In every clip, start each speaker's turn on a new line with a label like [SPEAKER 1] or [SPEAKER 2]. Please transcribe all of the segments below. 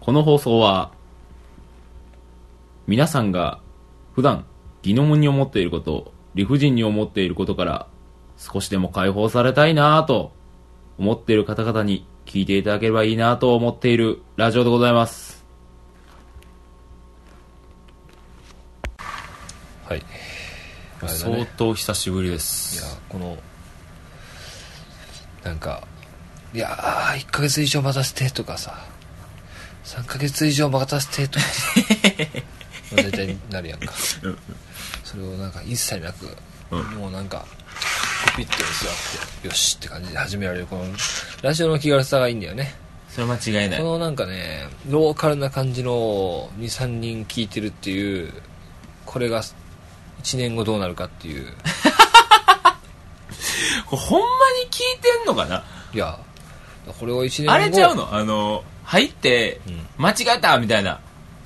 [SPEAKER 1] この放送は、皆さんが普段疑問に思っていること、理不尽に思っていることから、少しでも解放されたいなぁと思っている方々に聞いていただければいいなぁと思っているラジオでございます。
[SPEAKER 2] はい。いあれだね
[SPEAKER 1] 相当久しぶりで
[SPEAKER 2] や
[SPEAKER 1] す。、
[SPEAKER 2] この、なんか、いやー、1ヶ月以上待たせてとかさ、3ヶ月以上待たせてとかさ、まあ大体なるやんか。それをなんか一切なく、
[SPEAKER 1] うん
[SPEAKER 2] もうなんか、ピッと座って、よしって感じで始められる、この、ラジオの気軽さがいいんだよね。
[SPEAKER 1] それは間違いな
[SPEAKER 2] こ。のなんかね、ローカルな感じの2、3人聞いてるっていう、これが1年後どうなるかっていう。
[SPEAKER 1] これほんまに聞いてんのかない
[SPEAKER 2] や、これを一年後。
[SPEAKER 1] あれちゃうのあの、入って
[SPEAKER 2] うん、
[SPEAKER 1] 間違えたみたいな。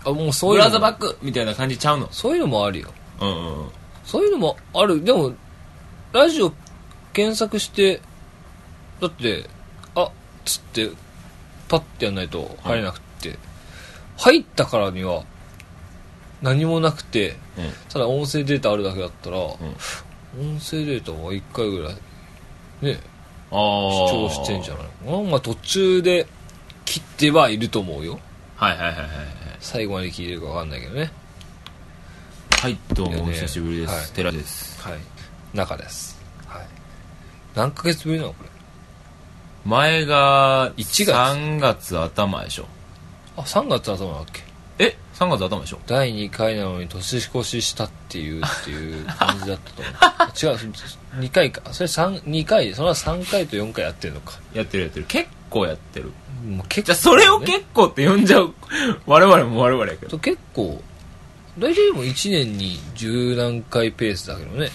[SPEAKER 2] あ、もうそう
[SPEAKER 1] ブ
[SPEAKER 2] いう
[SPEAKER 1] ラ
[SPEAKER 2] の
[SPEAKER 1] ザ
[SPEAKER 2] も。
[SPEAKER 1] ーバックみたいな感じちゃうの
[SPEAKER 2] そういうのもあるよ。
[SPEAKER 1] うんうんうん。
[SPEAKER 2] そういうのもある。でも、ラジオ検索して、だって、あ、つって、パッてやんないと入れなくって、入ったからには、何もなくて、
[SPEAKER 1] うん
[SPEAKER 2] ただ音声データあるだけだったら、
[SPEAKER 1] ん
[SPEAKER 2] 音声データは1回ぐらい、ね、
[SPEAKER 1] ああ。
[SPEAKER 2] 視聴してんじゃないのかなまあ途中で切ってはいると思うよ。
[SPEAKER 1] はいはいはいはい。
[SPEAKER 2] 最後まで聞いてるか分かんないけどね
[SPEAKER 1] はい、どう
[SPEAKER 2] いや
[SPEAKER 1] も、お
[SPEAKER 2] ね
[SPEAKER 1] 久しぶりで
[SPEAKER 2] は
[SPEAKER 1] す。
[SPEAKER 2] い
[SPEAKER 1] 寺です。
[SPEAKER 2] はい中ですはい何ヶ月ぶりなのこれ
[SPEAKER 1] 前が、
[SPEAKER 2] 1月
[SPEAKER 1] 3月頭でしょ。
[SPEAKER 2] あ3月頭なわけ
[SPEAKER 1] え ?3 月頭でしょ
[SPEAKER 2] 第2回なのに年越ししたっていうっていう感じだ ったと思う違う2回かそれ三二回それは3回と4回やってるのか
[SPEAKER 1] やってるやってる。結構やってる。
[SPEAKER 2] もう結
[SPEAKER 1] じゃあ、それを
[SPEAKER 2] ね
[SPEAKER 1] 結構って呼んじゃう。 我々も我々やけど。
[SPEAKER 2] と結構大体でも1年に十何回ペースだけどね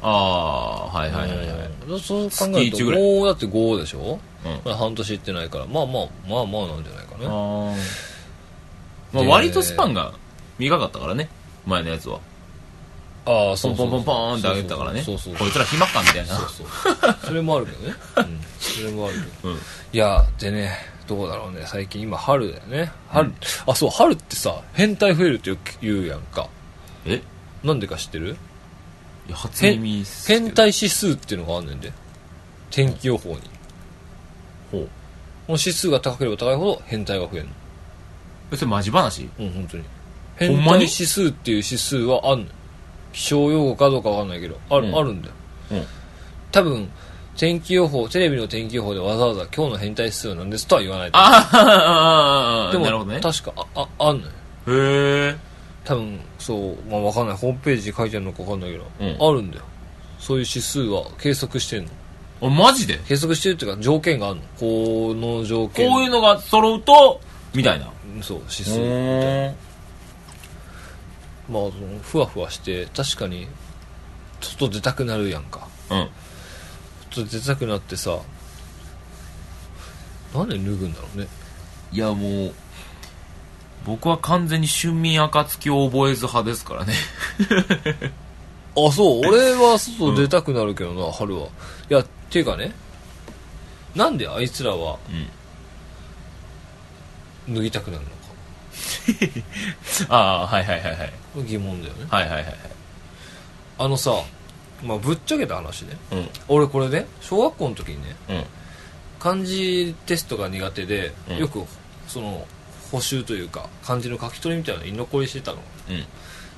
[SPEAKER 1] ああ、はいはいはいはい。
[SPEAKER 2] うんそう考える
[SPEAKER 1] 月一
[SPEAKER 2] と
[SPEAKER 1] ぐらい
[SPEAKER 2] もうだって5でしょ、
[SPEAKER 1] うん
[SPEAKER 2] まだ半年いってないからまあまあまあまあなんじゃないかな
[SPEAKER 1] あーまあ
[SPEAKER 2] で
[SPEAKER 1] 割とスパンが短かったからね前のやつは
[SPEAKER 2] ああ
[SPEAKER 1] ポ
[SPEAKER 2] そ
[SPEAKER 1] ン
[SPEAKER 2] う
[SPEAKER 1] ポ
[SPEAKER 2] そう
[SPEAKER 1] ンポンポーンって上げてたからね
[SPEAKER 2] そうそう
[SPEAKER 1] こいつら暇かみたいな
[SPEAKER 2] そうそうそれもあるけどね、うん、それもあるけど、
[SPEAKER 1] うん
[SPEAKER 2] いやでねどうだろうね最近今春だよね春、あそう春ってさ変態増えるってよく言うやんか
[SPEAKER 1] え
[SPEAKER 2] なんでか知ってる
[SPEAKER 1] いや初耳っすけど
[SPEAKER 2] 変態指数っていうのがあんねんで天気予報にこ
[SPEAKER 1] ほう
[SPEAKER 2] の指数が高ければ高いほど変態が増える
[SPEAKER 1] えそれマジ話
[SPEAKER 2] のうん本当に
[SPEAKER 1] んまに
[SPEAKER 2] 変態指数っていう指数はあんの気象用語かどうかわかんないけどある,、
[SPEAKER 1] うん
[SPEAKER 2] あるんだよ
[SPEAKER 1] うん
[SPEAKER 2] 多分天気予報テレビの天気予報でわざわざ今日の変態指数なんですとは言わないと思う
[SPEAKER 1] あ
[SPEAKER 2] で
[SPEAKER 1] あ
[SPEAKER 2] も
[SPEAKER 1] なるほどね
[SPEAKER 2] 確かあああんのよ
[SPEAKER 1] へえ
[SPEAKER 2] 多分そう、まあ、わかんないホームページに書いてあるのかわかんないけど、
[SPEAKER 1] う
[SPEAKER 2] あるんだよそういう指数は計測してんの
[SPEAKER 1] あマジで
[SPEAKER 2] 計測してるっていうか条件があるのこの条件
[SPEAKER 1] こういうのが揃うとみたいな
[SPEAKER 2] そう指
[SPEAKER 1] う
[SPEAKER 2] 数
[SPEAKER 1] ーん
[SPEAKER 2] まあそのふわふわして確かに外出たくなるやんか
[SPEAKER 1] うん
[SPEAKER 2] 外出たくなってさなんで脱ぐんだろうね
[SPEAKER 1] いやもう僕は完全に春眠暁を覚えず派ですからね
[SPEAKER 2] あそう俺は外出たくなるけどな、春はいやっていうかねなんであいつらは
[SPEAKER 1] うん
[SPEAKER 2] 脱ぎたくなるのか
[SPEAKER 1] ああはいはいはいはい
[SPEAKER 2] 疑問だよね
[SPEAKER 1] はいはいはいはい
[SPEAKER 2] あのさ、まあ、ぶっちゃけた話ね
[SPEAKER 1] うん
[SPEAKER 2] 俺これね小学校の時にね
[SPEAKER 1] うん
[SPEAKER 2] 漢字テストが苦手で、
[SPEAKER 1] うん
[SPEAKER 2] よくその補習というか漢字の書き取りみたいなの居残りしてたの
[SPEAKER 1] うん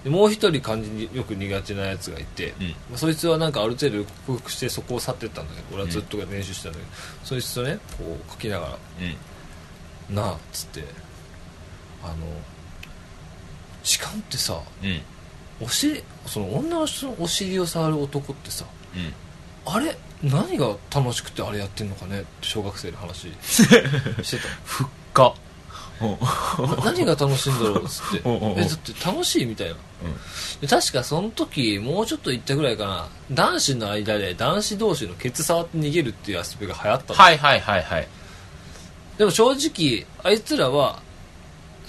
[SPEAKER 2] でもう一人漢字によく苦手なやつがいて、
[SPEAKER 1] うん
[SPEAKER 2] まあそいつはなんかある程度克服してそこを去ってったんだけど俺はずっと練習してたんだけど、そいつとねこう書きながら
[SPEAKER 1] うん
[SPEAKER 2] 「なあ」っつってあの痴漢ってさ
[SPEAKER 1] うん
[SPEAKER 2] お尻その女の人のお尻を触る男ってさ
[SPEAKER 1] うん
[SPEAKER 2] あれ何が楽しくてあれやってんのかねって小学生の話して
[SPEAKER 1] 復活
[SPEAKER 2] たな 何が楽しいんだろうっつって
[SPEAKER 1] おうおうおう
[SPEAKER 2] えだって楽しいみたいな、で確かその時もうちょっと行ったぐらいかな男子の間で男子同士のケツ触って逃げるっていう遊びが流行ったの、
[SPEAKER 1] はいはいはいはい
[SPEAKER 2] でも正直あいつらは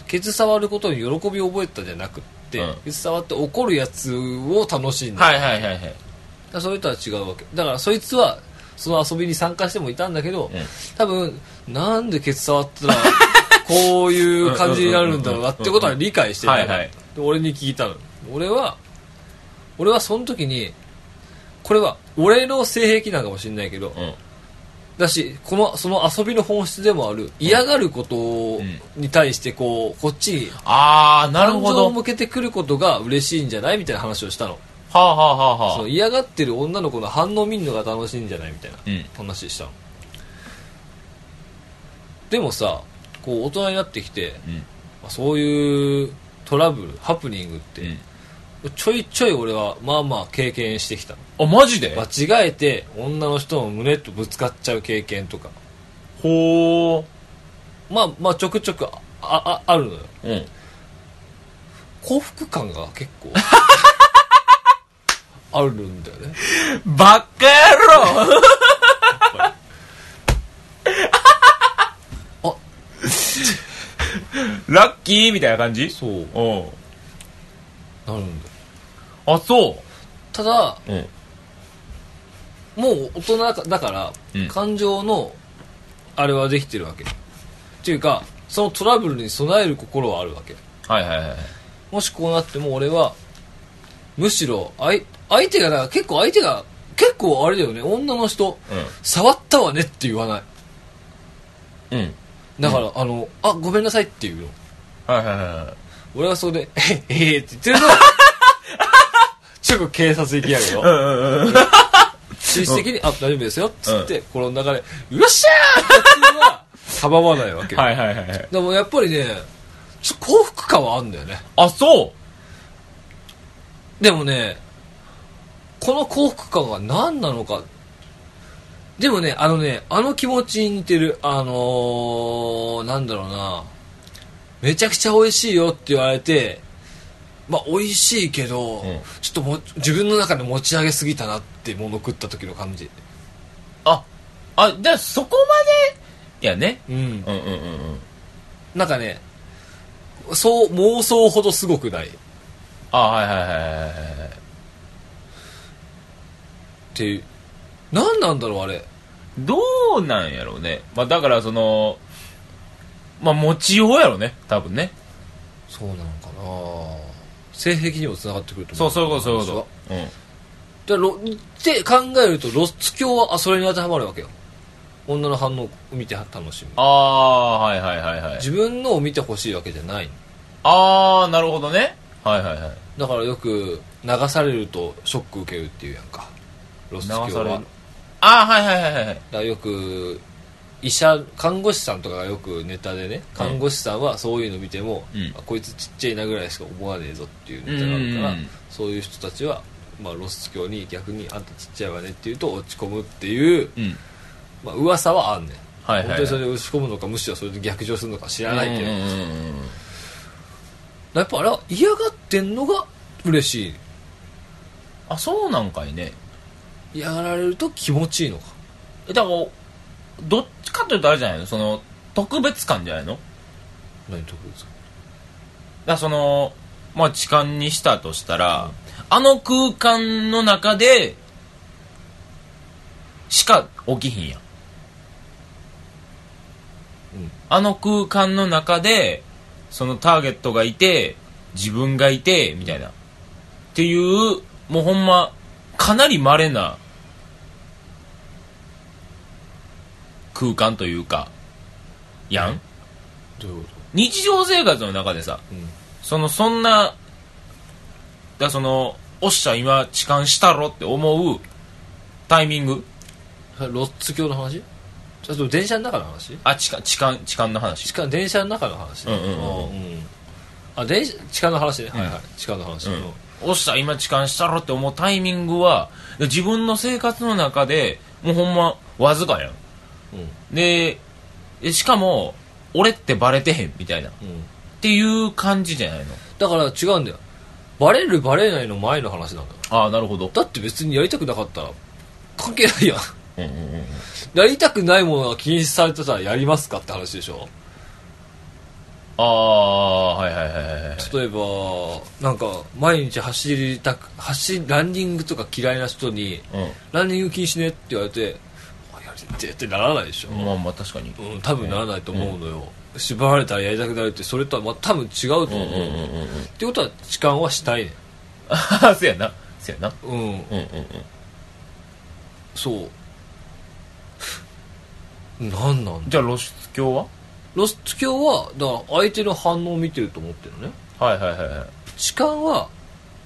[SPEAKER 2] ケツ触ることに喜びを覚えたじゃなくって、
[SPEAKER 1] うん
[SPEAKER 2] ケツ触って怒るやつを楽しんだ、
[SPEAKER 1] はいはいはいはい
[SPEAKER 2] だからそれとは違うわけだからそいつはその遊びに参加してもいたんだけど、
[SPEAKER 1] うん
[SPEAKER 2] 多分なんでケツ触ったら こういう感じになるんだろうなってことは理解していたの
[SPEAKER 1] はいはい
[SPEAKER 2] で俺に聞いたの俺は俺はその時にこれは俺の性癖なのかもしれないけど、
[SPEAKER 1] うん
[SPEAKER 2] だしこのその遊びの本質でもある嫌がること
[SPEAKER 1] ん
[SPEAKER 2] に対してこうこっちに
[SPEAKER 1] ああ、なる
[SPEAKER 2] 感
[SPEAKER 1] ほ
[SPEAKER 2] 情
[SPEAKER 1] ど。
[SPEAKER 2] を向けてくることが嬉しいんじゃないみたいな話をしたの
[SPEAKER 1] はあ、はあはあ
[SPEAKER 2] そ
[SPEAKER 1] は
[SPEAKER 2] の
[SPEAKER 1] あ、
[SPEAKER 2] 嫌がってる女の子の反応見るのが楽しいんじゃないみたいな
[SPEAKER 1] うん
[SPEAKER 2] 話したの、でもさこう大人になってきて、
[SPEAKER 1] うん
[SPEAKER 2] まあそういうトラブルハプニングって、ちょいちょい俺はまあまあ経験してきたの
[SPEAKER 1] うん。あ、マジで
[SPEAKER 2] 間違えて女の人の胸とぶつかっちゃう経験とか
[SPEAKER 1] ほ
[SPEAKER 2] まあまあちょくちょくあああるのよ
[SPEAKER 1] ー。うん。
[SPEAKER 2] 幸福感が結構あるんだよね
[SPEAKER 1] バカ野郎
[SPEAKER 2] あ
[SPEAKER 1] ラッキーみたいな感じ
[SPEAKER 2] そう
[SPEAKER 1] うん。
[SPEAKER 2] なるんだよ
[SPEAKER 1] あ、そ
[SPEAKER 2] ただ
[SPEAKER 1] う。うん。
[SPEAKER 2] もう大人だから、
[SPEAKER 1] うん
[SPEAKER 2] 感情のあれはできてるわけっていうかそのトラブルに備える心はあるわけ
[SPEAKER 1] はいはいはい。
[SPEAKER 2] もしこうなっても俺はむしろあい相手がなんか結構相手が結構あれだよね女の人、
[SPEAKER 1] うん
[SPEAKER 2] 触ったわねって言わない
[SPEAKER 1] うん。
[SPEAKER 2] だから、あのあごめんなさいって言うの
[SPEAKER 1] はいはいはいはい。
[SPEAKER 2] 俺はそれで 「えええって言って るのちょっと警察行きやるよ
[SPEAKER 1] うんうんうん。
[SPEAKER 2] 紳士的に「あ大丈夫ですよ」っつって、この中で「よっしゃー!」っていうのは阻まないわけ、
[SPEAKER 1] はいはいはいはい。
[SPEAKER 2] でもやっぱりねちょ幸福感はあるんだよね
[SPEAKER 1] あ、そう
[SPEAKER 2] でもねこの幸福感は何なのかでもねあのねあの気持ちに似てるあのー、なんだろうなめちゃくちゃ美味しいよって言われてまあ美味しいけど、
[SPEAKER 1] ん
[SPEAKER 2] ちょっとも自分の中で持ち上げすぎたなってもの食った時の感じ
[SPEAKER 1] あ、あ、じゃあそこまで、やね。
[SPEAKER 2] うん
[SPEAKER 1] うんうんうんうん。
[SPEAKER 2] なんかね、そう、妄想ほどすごくないっ
[SPEAKER 1] あ、はいはいはいはいはい。
[SPEAKER 2] ていう。何なんだろう、あれ。
[SPEAKER 1] どうなんやろうね。まあだからその、まあ持ちようやろね。多分ね。
[SPEAKER 2] そうなのかな性癖にもつながってくると
[SPEAKER 1] そ
[SPEAKER 2] 思う。
[SPEAKER 1] う、そういうこと、そういうこと。うん。
[SPEAKER 2] と。で、ロって考えると、ロス教は、あ、それに当てはまるわけよ。女の反応を見て楽しむ。
[SPEAKER 1] ああ、はいはいはいはい。
[SPEAKER 2] 自分のを見てほしいわけじゃない。
[SPEAKER 1] ああ、なるほどね。はいはいはい。
[SPEAKER 2] だからよく、流されるとショック受けるっていうやんか。ロス教は。
[SPEAKER 1] 流されるああ、はいはいはいはい。
[SPEAKER 2] だからよく医者看護師さんとかがよくネタでね看護師さんはそういうの見ても、
[SPEAKER 1] うん
[SPEAKER 2] あこいつちっちゃいなぐらいしか思わねえぞっていうネタがあるから、
[SPEAKER 1] うんうんうん
[SPEAKER 2] そういう人たちは、まあ、ロス教に逆にあんたちっちゃいわねって言うと落ち込むっていう、
[SPEAKER 1] うん。
[SPEAKER 2] まあ噂はあんねん、
[SPEAKER 1] はいはい、はい。
[SPEAKER 2] 本当にそれで落ち込むのかむしろそれで逆上するのか知らないけど、
[SPEAKER 1] うん
[SPEAKER 2] だか
[SPEAKER 1] うんうんうん
[SPEAKER 2] らやっぱあれは嫌がってんのが嬉しい
[SPEAKER 1] あ、そうなんかいね。
[SPEAKER 2] 嫌がられると気持ちいいのか
[SPEAKER 1] えだから、どっちかというとあれじゃないのその、特別感じゃないのだか
[SPEAKER 2] 何特別から
[SPEAKER 1] その、まあ痴漢にしたとしたら、あの空間の中で、しか起きひんやん。
[SPEAKER 2] うん
[SPEAKER 1] あの空間の中で、そのターゲットがいて、自分がいて、みたいな。っていう、もうほんま、かなり稀な、空間というか、やん
[SPEAKER 2] どういうこ
[SPEAKER 1] 日常生活の中でさ、
[SPEAKER 2] と、うん
[SPEAKER 1] その、そんな、だその、おっしゃ、今、痴漢したろって思うタイミング。
[SPEAKER 2] ロッツ教の話ちょっと電車の中の話
[SPEAKER 1] あ、痴漢、痴漢、痴漢の
[SPEAKER 2] 地
[SPEAKER 1] 話。
[SPEAKER 2] 下電車の中の話ね
[SPEAKER 1] うんうん
[SPEAKER 2] うんあ電車地下の話ね、
[SPEAKER 1] ん
[SPEAKER 2] はいはい地下の話、
[SPEAKER 1] う
[SPEAKER 2] うん
[SPEAKER 1] ん。おっしゃ、今、痴漢したろって思うタイミングは、自分の生活の中で、もうほんま、わずかやん。で、えしかも、俺ってバレてへん、みたいな。っ
[SPEAKER 2] うん
[SPEAKER 1] ていう感じじゃないの。
[SPEAKER 2] だから違うんだよバレるバレないの前の話なんだよ
[SPEAKER 1] ああ、なるほど。
[SPEAKER 2] だって別にやりたくなかったら関係ないや
[SPEAKER 1] う
[SPEAKER 2] ん
[SPEAKER 1] んうんうんうん。
[SPEAKER 2] やりたくないものが禁止されてたらやりますかって話でしょ
[SPEAKER 1] ああ、はいはいはいはいはい。
[SPEAKER 2] 例えばなんか毎日走りたく走ランニングとか嫌いな人に「ランニング禁止ね」って言われて「あやりてえってならないでしょ、
[SPEAKER 1] うん。まあまあ、確かに。
[SPEAKER 2] うん、多分ならないと思うのよ、縛られたらやりたくなるってそれとはまあ多分違う
[SPEAKER 1] う
[SPEAKER 2] と
[SPEAKER 1] んうん
[SPEAKER 2] 思う、っ
[SPEAKER 1] うんうんうん。
[SPEAKER 2] てことは痴漢はしたいね
[SPEAKER 1] ああ、そうやな。そうやな。う
[SPEAKER 2] うん、
[SPEAKER 1] んうんうん。
[SPEAKER 2] そうなんなんだ
[SPEAKER 1] じゃあ露出狂は
[SPEAKER 2] ロスト教はだから相手の反応を見てると思ってるのね
[SPEAKER 1] はいはいはいはい。
[SPEAKER 2] 痴漢は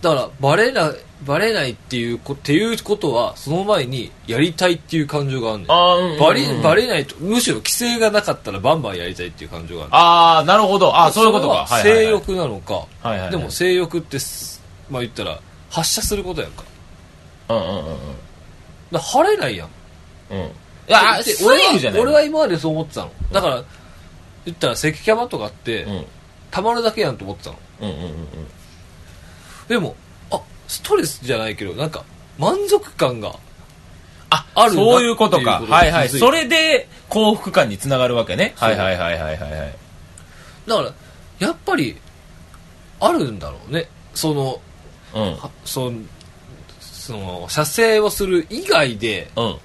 [SPEAKER 2] だからバレなバレないっていうこっていうことはその前にやりたいっていう感情があるんだよ
[SPEAKER 1] ああ、うんうんうん
[SPEAKER 2] バレバレないとむしろ規制がなかったらバンバンやりたいっていう感情がある
[SPEAKER 1] ああ、なるほど。ああ、そういうことか。
[SPEAKER 2] それは
[SPEAKER 1] はいはい
[SPEAKER 2] 性
[SPEAKER 1] はい。
[SPEAKER 2] 欲なのか、
[SPEAKER 1] はいはいはい
[SPEAKER 2] でも性欲ってすまあ言ったら発射することやんか
[SPEAKER 1] うんうんうん
[SPEAKER 2] だから晴れないやん
[SPEAKER 1] うん。うん。いや、あ
[SPEAKER 2] で
[SPEAKER 1] ス
[SPEAKER 2] 俺
[SPEAKER 1] リルじゃ
[SPEAKER 2] は
[SPEAKER 1] ない
[SPEAKER 2] 俺は今までそう思ってたのだから、言ったら赤キャバとかって、
[SPEAKER 1] うん。
[SPEAKER 2] たまるだけやんと思ってたの
[SPEAKER 1] うんうんうんうん。
[SPEAKER 2] でもあストレスじゃないけどなんか満足感が
[SPEAKER 1] あ、
[SPEAKER 2] あるな
[SPEAKER 1] そういうことか。
[SPEAKER 2] っていうことに
[SPEAKER 1] はいはい。
[SPEAKER 2] 気づいた
[SPEAKER 1] それで幸福感につながるわけね。
[SPEAKER 2] そう
[SPEAKER 1] はいはいはいはいはいはい。
[SPEAKER 2] だからやっぱりあるんだろうねその
[SPEAKER 1] うん。
[SPEAKER 2] はそのその射精をする以外で
[SPEAKER 1] うん。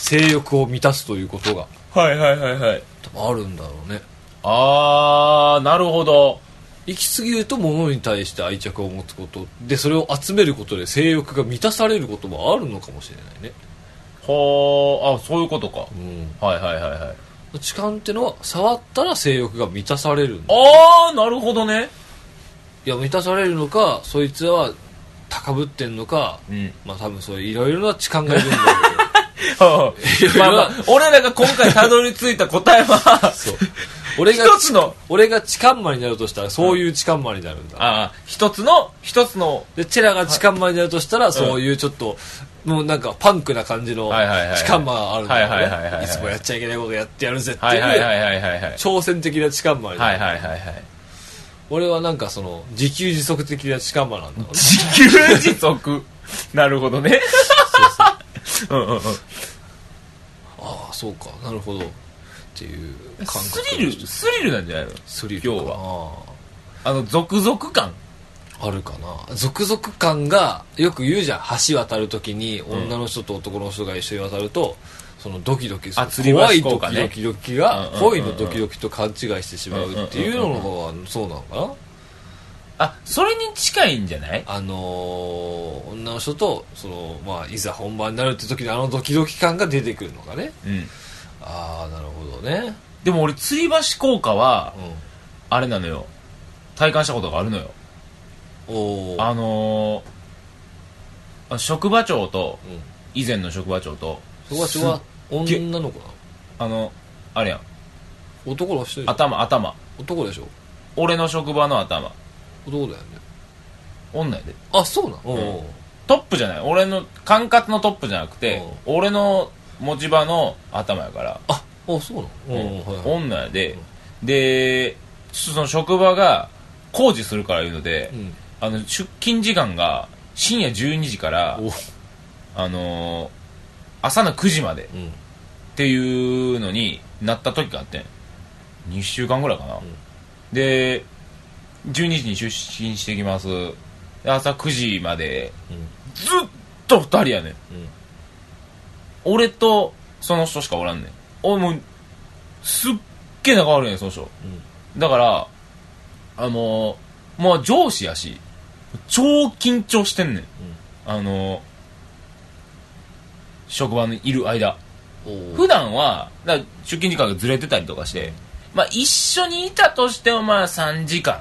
[SPEAKER 2] 性欲を満たすということが
[SPEAKER 1] はいはいはいはい。
[SPEAKER 2] 多分あるんだろうね
[SPEAKER 1] あー、なるほど。
[SPEAKER 2] 行き過ぎると物に対して愛着を持つことでそれを集めることで性欲が満たされることもあるのかもしれないね
[SPEAKER 1] ほー、あ、そういうことか。
[SPEAKER 2] う
[SPEAKER 1] はいはいはいはい。
[SPEAKER 2] ん痴漢ってのは触ったら性欲が満たされるんだ
[SPEAKER 1] あー、なるほどね。
[SPEAKER 2] いや満たされるのかそいつは高ぶってんのか
[SPEAKER 1] うん。
[SPEAKER 2] まあ多分そういういろいろな痴漢がいるんだ
[SPEAKER 1] まあまあ、俺らが今回たどり着いた答えは、
[SPEAKER 2] けどそう俺が
[SPEAKER 1] 一つの、
[SPEAKER 2] 俺が痴漢魔になるとしたらそういう痴漢魔になるんだ、
[SPEAKER 1] あー一つの、一つの、
[SPEAKER 2] でチェラが痴漢魔になるとしたら、そういうちょっと、もうなんかパンクな感じの
[SPEAKER 1] はいはいはいはい
[SPEAKER 2] 痴漢魔があるん
[SPEAKER 1] はいはいはい
[SPEAKER 2] だ
[SPEAKER 1] はい
[SPEAKER 2] よ
[SPEAKER 1] はい
[SPEAKER 2] ねいつもやっちゃいけないことやってやるぜっていう、
[SPEAKER 1] はいはいはいはいはいはい。
[SPEAKER 2] 挑戦的な痴漢魔にな
[SPEAKER 1] は
[SPEAKER 2] る
[SPEAKER 1] いはいはいはい。
[SPEAKER 2] 俺はなんかその自給自足的な痴漢魔なんだろうね
[SPEAKER 1] 自給自足。 なるほどね。うんうんうん。
[SPEAKER 2] ああそうかなるほどっていう感覚
[SPEAKER 1] スリル、スリルなんじゃないの
[SPEAKER 2] スリルかな
[SPEAKER 1] 今日あの、続々感。
[SPEAKER 2] あるかな続々感がよく言うじゃん橋渡る時に女の人と男の人が一緒に渡ると、そのドキドキす
[SPEAKER 1] あ吊り
[SPEAKER 2] る
[SPEAKER 1] 橋
[SPEAKER 2] 怖い
[SPEAKER 1] 効
[SPEAKER 2] ド
[SPEAKER 1] 果
[SPEAKER 2] キ
[SPEAKER 1] ね
[SPEAKER 2] ドキドキ
[SPEAKER 1] うんう
[SPEAKER 2] が
[SPEAKER 1] んうんうん
[SPEAKER 2] 恋のドキドキと勘違いしてしまうっていうのがそうなのかな
[SPEAKER 1] あ、それに近いんじゃない
[SPEAKER 2] あのー女の人とその、まあ、いざ本番になるって時のあのドキドキ感が出てくるのかね
[SPEAKER 1] うん。
[SPEAKER 2] ああなるほどね
[SPEAKER 1] でも俺、吊り橋効果は、
[SPEAKER 2] う
[SPEAKER 1] あれなのよ。体感したことがあるのよ。
[SPEAKER 2] んおお
[SPEAKER 1] あのー、職場長と、
[SPEAKER 2] うん
[SPEAKER 1] 以前の職場長と、
[SPEAKER 2] そこはそこは
[SPEAKER 1] げ
[SPEAKER 2] 女の子なの
[SPEAKER 1] あの、あれやん。
[SPEAKER 2] 男の人でしょ
[SPEAKER 1] 頭、頭。
[SPEAKER 2] 男でしょ
[SPEAKER 1] 俺の職場の頭。
[SPEAKER 2] 男だよね
[SPEAKER 1] 女やで。
[SPEAKER 2] あそうなの、
[SPEAKER 1] うんトップじゃない。俺の、管轄のトップじゃなくて、俺の持ち場の頭やから。
[SPEAKER 2] ああそうなの、うんはいはい
[SPEAKER 1] 女やで、で、その職場が工事するからいうので、
[SPEAKER 2] うん
[SPEAKER 1] あの、出勤時間が深夜12時から、
[SPEAKER 2] お
[SPEAKER 1] あのー朝の9時まで
[SPEAKER 2] うん
[SPEAKER 1] っていうのになった時があってん。2週間ぐらいかな。で、12時に出勤してきます。で朝9時まで、
[SPEAKER 2] うん
[SPEAKER 1] ずっと2人やねん。
[SPEAKER 2] うん
[SPEAKER 1] 俺とその人しかおらんねん俺もうすっげえ仲悪いねんその人だからあのー、まあ上司やし超緊張してんねん、あのー、職場にいる間
[SPEAKER 2] うんお
[SPEAKER 1] 普段はだから出勤時間がずれてたりとかして、まあ一緒にいたとしてもまあ3時間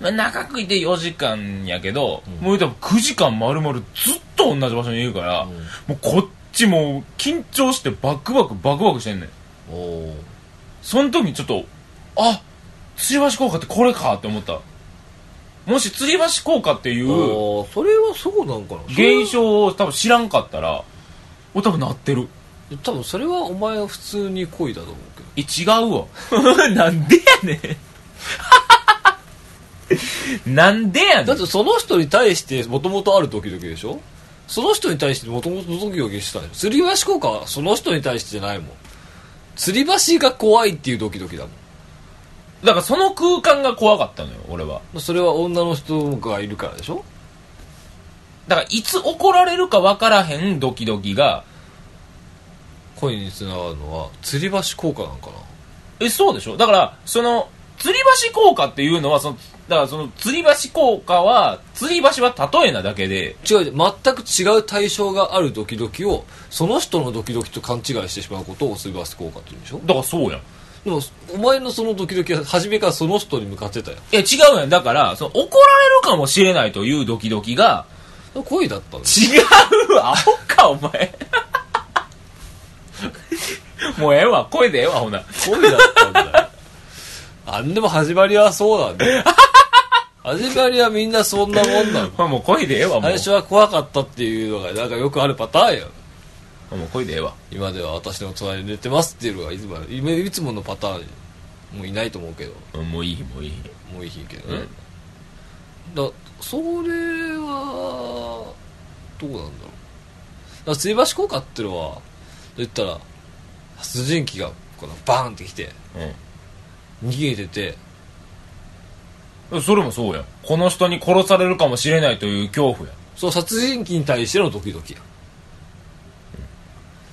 [SPEAKER 1] まあ長くいて4時間やけど、
[SPEAKER 2] うん
[SPEAKER 1] もう言うと9時間丸々ずっと同じ場所にいるから、もうこっちもう緊張してバクバクバクバクしてんねん。
[SPEAKER 2] おお
[SPEAKER 1] その時にちょっと、あ、吊り橋効果ってこれかって思った。もし吊り橋効果っていう
[SPEAKER 2] おそれはそうなんかな
[SPEAKER 1] 現象を多分知らんかったら、俺多分なってる。
[SPEAKER 2] それは多分それはお前は普通に恋だと思うけど
[SPEAKER 1] え、違うわ。 なんでやねん。 なんでやね
[SPEAKER 2] だっ
[SPEAKER 1] ん。
[SPEAKER 2] てその人に対してもともとあるドキドキでしょその人に対してもともとドキドキしてたの吊り橋効果はその人に対してじゃないもん吊り橋が怖いっていうドキドキだもん
[SPEAKER 1] だからその空間が怖かったのよ、俺は。
[SPEAKER 2] それは女の人がいるからでしょ
[SPEAKER 1] だからいつ怒られるかわからへんドキドキが、
[SPEAKER 2] 恋につながるのは吊り橋効果なんかな
[SPEAKER 1] えそうでしょだからその吊り橋効果っていうのはそのだからその吊り橋効果は吊り橋は例えなだけで
[SPEAKER 2] 違う違う全く違う対象があるドキドキをその人のドキドキと勘違いしてしまうことをすり合わせ効果って言うんでしょ
[SPEAKER 1] だからそうやん
[SPEAKER 2] でもお前のそのドキドキは初めからその人に向かってたよ
[SPEAKER 1] いや違うやんだからその怒られるかもしれないというドキドキが
[SPEAKER 2] 恋だったんだ
[SPEAKER 1] 違うわアホかお前 もうええわ声でええわほな
[SPEAKER 2] 恋だったんだよあんでも始まりはそうなんだよ始まりはみんなそんなもんなの
[SPEAKER 1] まあもう声でええわも
[SPEAKER 2] 最
[SPEAKER 1] う
[SPEAKER 2] 初は怖かったっていうのがなんかよくあるパターンや
[SPEAKER 1] もう声でええわ
[SPEAKER 2] 今では私の隣に寝てますっていうのがいつもある今いつものパターンもういないと思うけど
[SPEAKER 1] うんもういいもういい
[SPEAKER 2] もういいけど
[SPEAKER 1] う
[SPEAKER 2] ね、
[SPEAKER 1] ん
[SPEAKER 2] だそれはどうなんだろうだ吊り橋効果っていうのは言ったら殺人鬼がこのバーンってきて逃げてて
[SPEAKER 1] うんそれもそうやんこの人に殺されるかもしれないという恐怖やん
[SPEAKER 2] その殺人鬼に対してのドキドキや、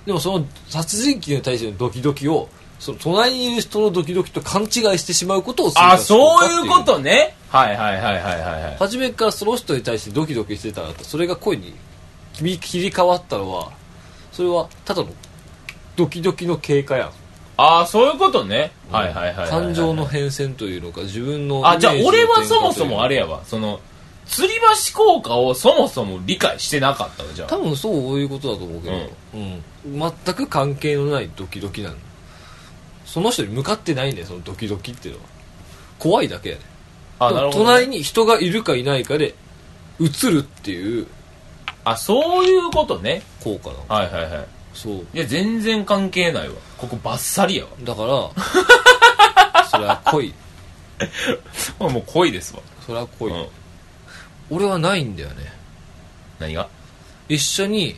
[SPEAKER 2] でもその殺人鬼に対してのドキドキをその隣にいる人のドキドキと勘違いしてしまうことを
[SPEAKER 1] あそういうこ
[SPEAKER 2] は
[SPEAKER 1] とねはいはいはいはいはいはい
[SPEAKER 2] 初めからその人に対してドキドキしてたらそれが恋に切り切り替わったのはそれはただのドキドキの経過やん
[SPEAKER 1] ああそういうことねはいはいはいはいはい
[SPEAKER 2] 感情の変遷というのか自分の
[SPEAKER 1] あじゃあ
[SPEAKER 2] イメージ
[SPEAKER 1] 俺
[SPEAKER 2] の
[SPEAKER 1] は
[SPEAKER 2] 転換という
[SPEAKER 1] そ
[SPEAKER 2] か
[SPEAKER 1] もそもあれやわその吊り橋効果をそもそも理解してなかったわじゃあ
[SPEAKER 2] 多分そういうことだと思うけど、うん全く関係のないドキドキなのその人に向かってないねそのドキドキっていうのは怖いだけやね
[SPEAKER 1] あ
[SPEAKER 2] でも隣に人がいるかいないかで映るっていう
[SPEAKER 1] あそういうことね
[SPEAKER 2] 効果なの
[SPEAKER 1] はいはいはい
[SPEAKER 2] そう
[SPEAKER 1] いや全然関係ないわここバッサリや
[SPEAKER 2] だから それは恋
[SPEAKER 1] わもう恋ですわ、
[SPEAKER 2] それは
[SPEAKER 1] う
[SPEAKER 2] 恋、
[SPEAKER 1] ん、
[SPEAKER 2] 俺はないんだよね
[SPEAKER 1] 何が
[SPEAKER 2] 一緒に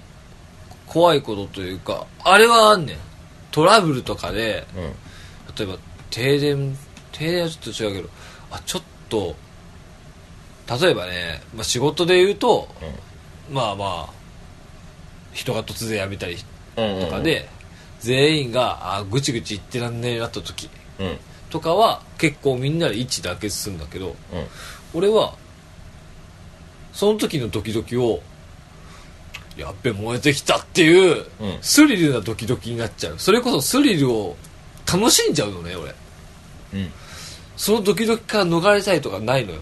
[SPEAKER 2] 怖いことというかあれはあんねんトラブルとかで
[SPEAKER 1] うん
[SPEAKER 2] 例えば停電停電はちょっと違うけどあちょっと例えばね、まあ、仕事で言うと、まあまあ人が突然辞めたり
[SPEAKER 1] うん
[SPEAKER 2] とかで、全員があぐちぐち言ってらんねえなった時
[SPEAKER 1] うんうん
[SPEAKER 2] とかは結構みんなで一致団結するんだけど俺はその時のドキドキをやっべ燃えてきたっていう、
[SPEAKER 1] うん
[SPEAKER 2] スリルなドキドキになっちゃうそれこそスリルを楽しんじゃうのね俺
[SPEAKER 1] うん
[SPEAKER 2] そのドキドキから逃れたいとかないのよ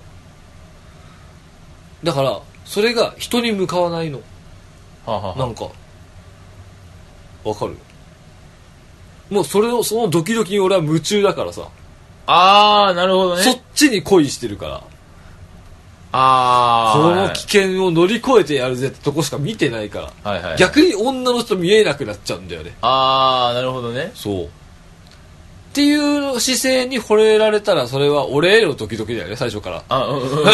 [SPEAKER 2] だからそれが人に向かわないの
[SPEAKER 1] はあ、はあ
[SPEAKER 2] な
[SPEAKER 1] は
[SPEAKER 2] んかわかるもうそれをそのドキドキに俺は夢中だからさ
[SPEAKER 1] あ、あーなるほどね
[SPEAKER 2] そっちに恋してるからこ
[SPEAKER 1] あ
[SPEAKER 2] の危険を乗り越えてやるぜってとこしか見てないから
[SPEAKER 1] あはいはいはい
[SPEAKER 2] 逆に女の人見えなくなっちゃうんだよね
[SPEAKER 1] ああなるほどね
[SPEAKER 2] そうっていう姿勢に惚れられたらそれは俺へのドキドキだよね最初から
[SPEAKER 1] あ、うんうんうん。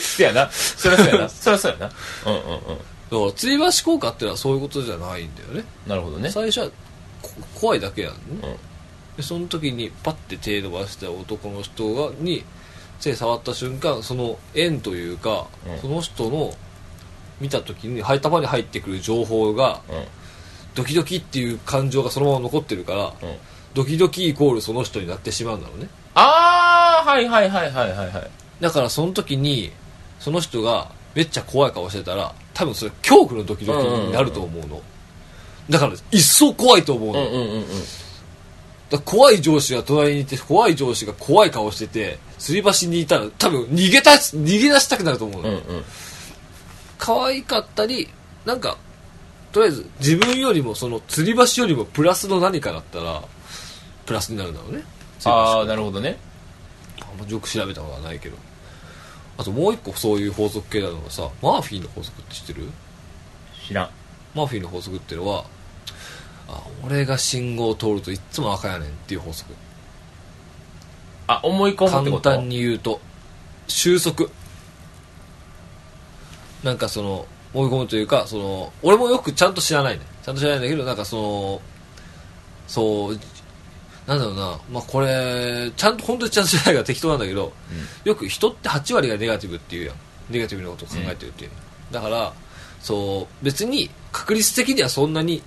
[SPEAKER 1] せやな。そりゃそうやな。そりゃそうやな。うんうんうん。
[SPEAKER 2] そう吊り橋効果ってのはそういうことじゃないんだよね
[SPEAKER 1] なるほどね。
[SPEAKER 2] 最初はこ怖いだけやんね、
[SPEAKER 1] うん
[SPEAKER 2] でその時にパッて手伸ばした男の人がに手触った瞬間その縁というか、
[SPEAKER 1] うん
[SPEAKER 2] その人の見た時にはい束に入ってくる情報が
[SPEAKER 1] う
[SPEAKER 2] ドキドキっていう感情がそのまま残ってるから、
[SPEAKER 1] ん。うん。
[SPEAKER 2] ドキドキイコールその人になってしまうんだろうね
[SPEAKER 1] あー、はいはいはいはいはいはい。
[SPEAKER 2] だからその時にその人がめっちゃ怖い顔してたら多分それ恐怖のドキドキになると思うの、だから一層怖いと思う
[SPEAKER 1] う
[SPEAKER 2] の、
[SPEAKER 1] んうんうんうん。
[SPEAKER 2] だから怖い上司が隣にいて怖い上司が怖い顔してて吊り橋にいたら多分逃げた逃げ出したくなると思うの、
[SPEAKER 1] うんうん。
[SPEAKER 2] 可愛かったりなんかとりあえず自分よりもその吊り橋よりもプラスの何かだったらプラスになるんだろうね吊り橋
[SPEAKER 1] あー、なるほどね。
[SPEAKER 2] あんまよく調べたことはないけどあともう一個そういう法則系なのがさマーフィーの法則って知ってる
[SPEAKER 1] 知らん。
[SPEAKER 2] マーフィーの法則ってのはあ俺が信号を通るといっつも赤やねんっていう法則
[SPEAKER 1] あ、思い込むって
[SPEAKER 2] 簡
[SPEAKER 1] こと
[SPEAKER 2] 単に言うと収束なんかその追い込むというかその俺もよくちゃんと知らないねちゃんと知らないんだけどなんかそのそうなんだろうな、まあ、これちゃんと本当にちゃんと知らないから適当なんだけど、よく人って8割がネガティブっていうやんネガティブなことを考えてるっていう、だからそう別に確率的にはそんなに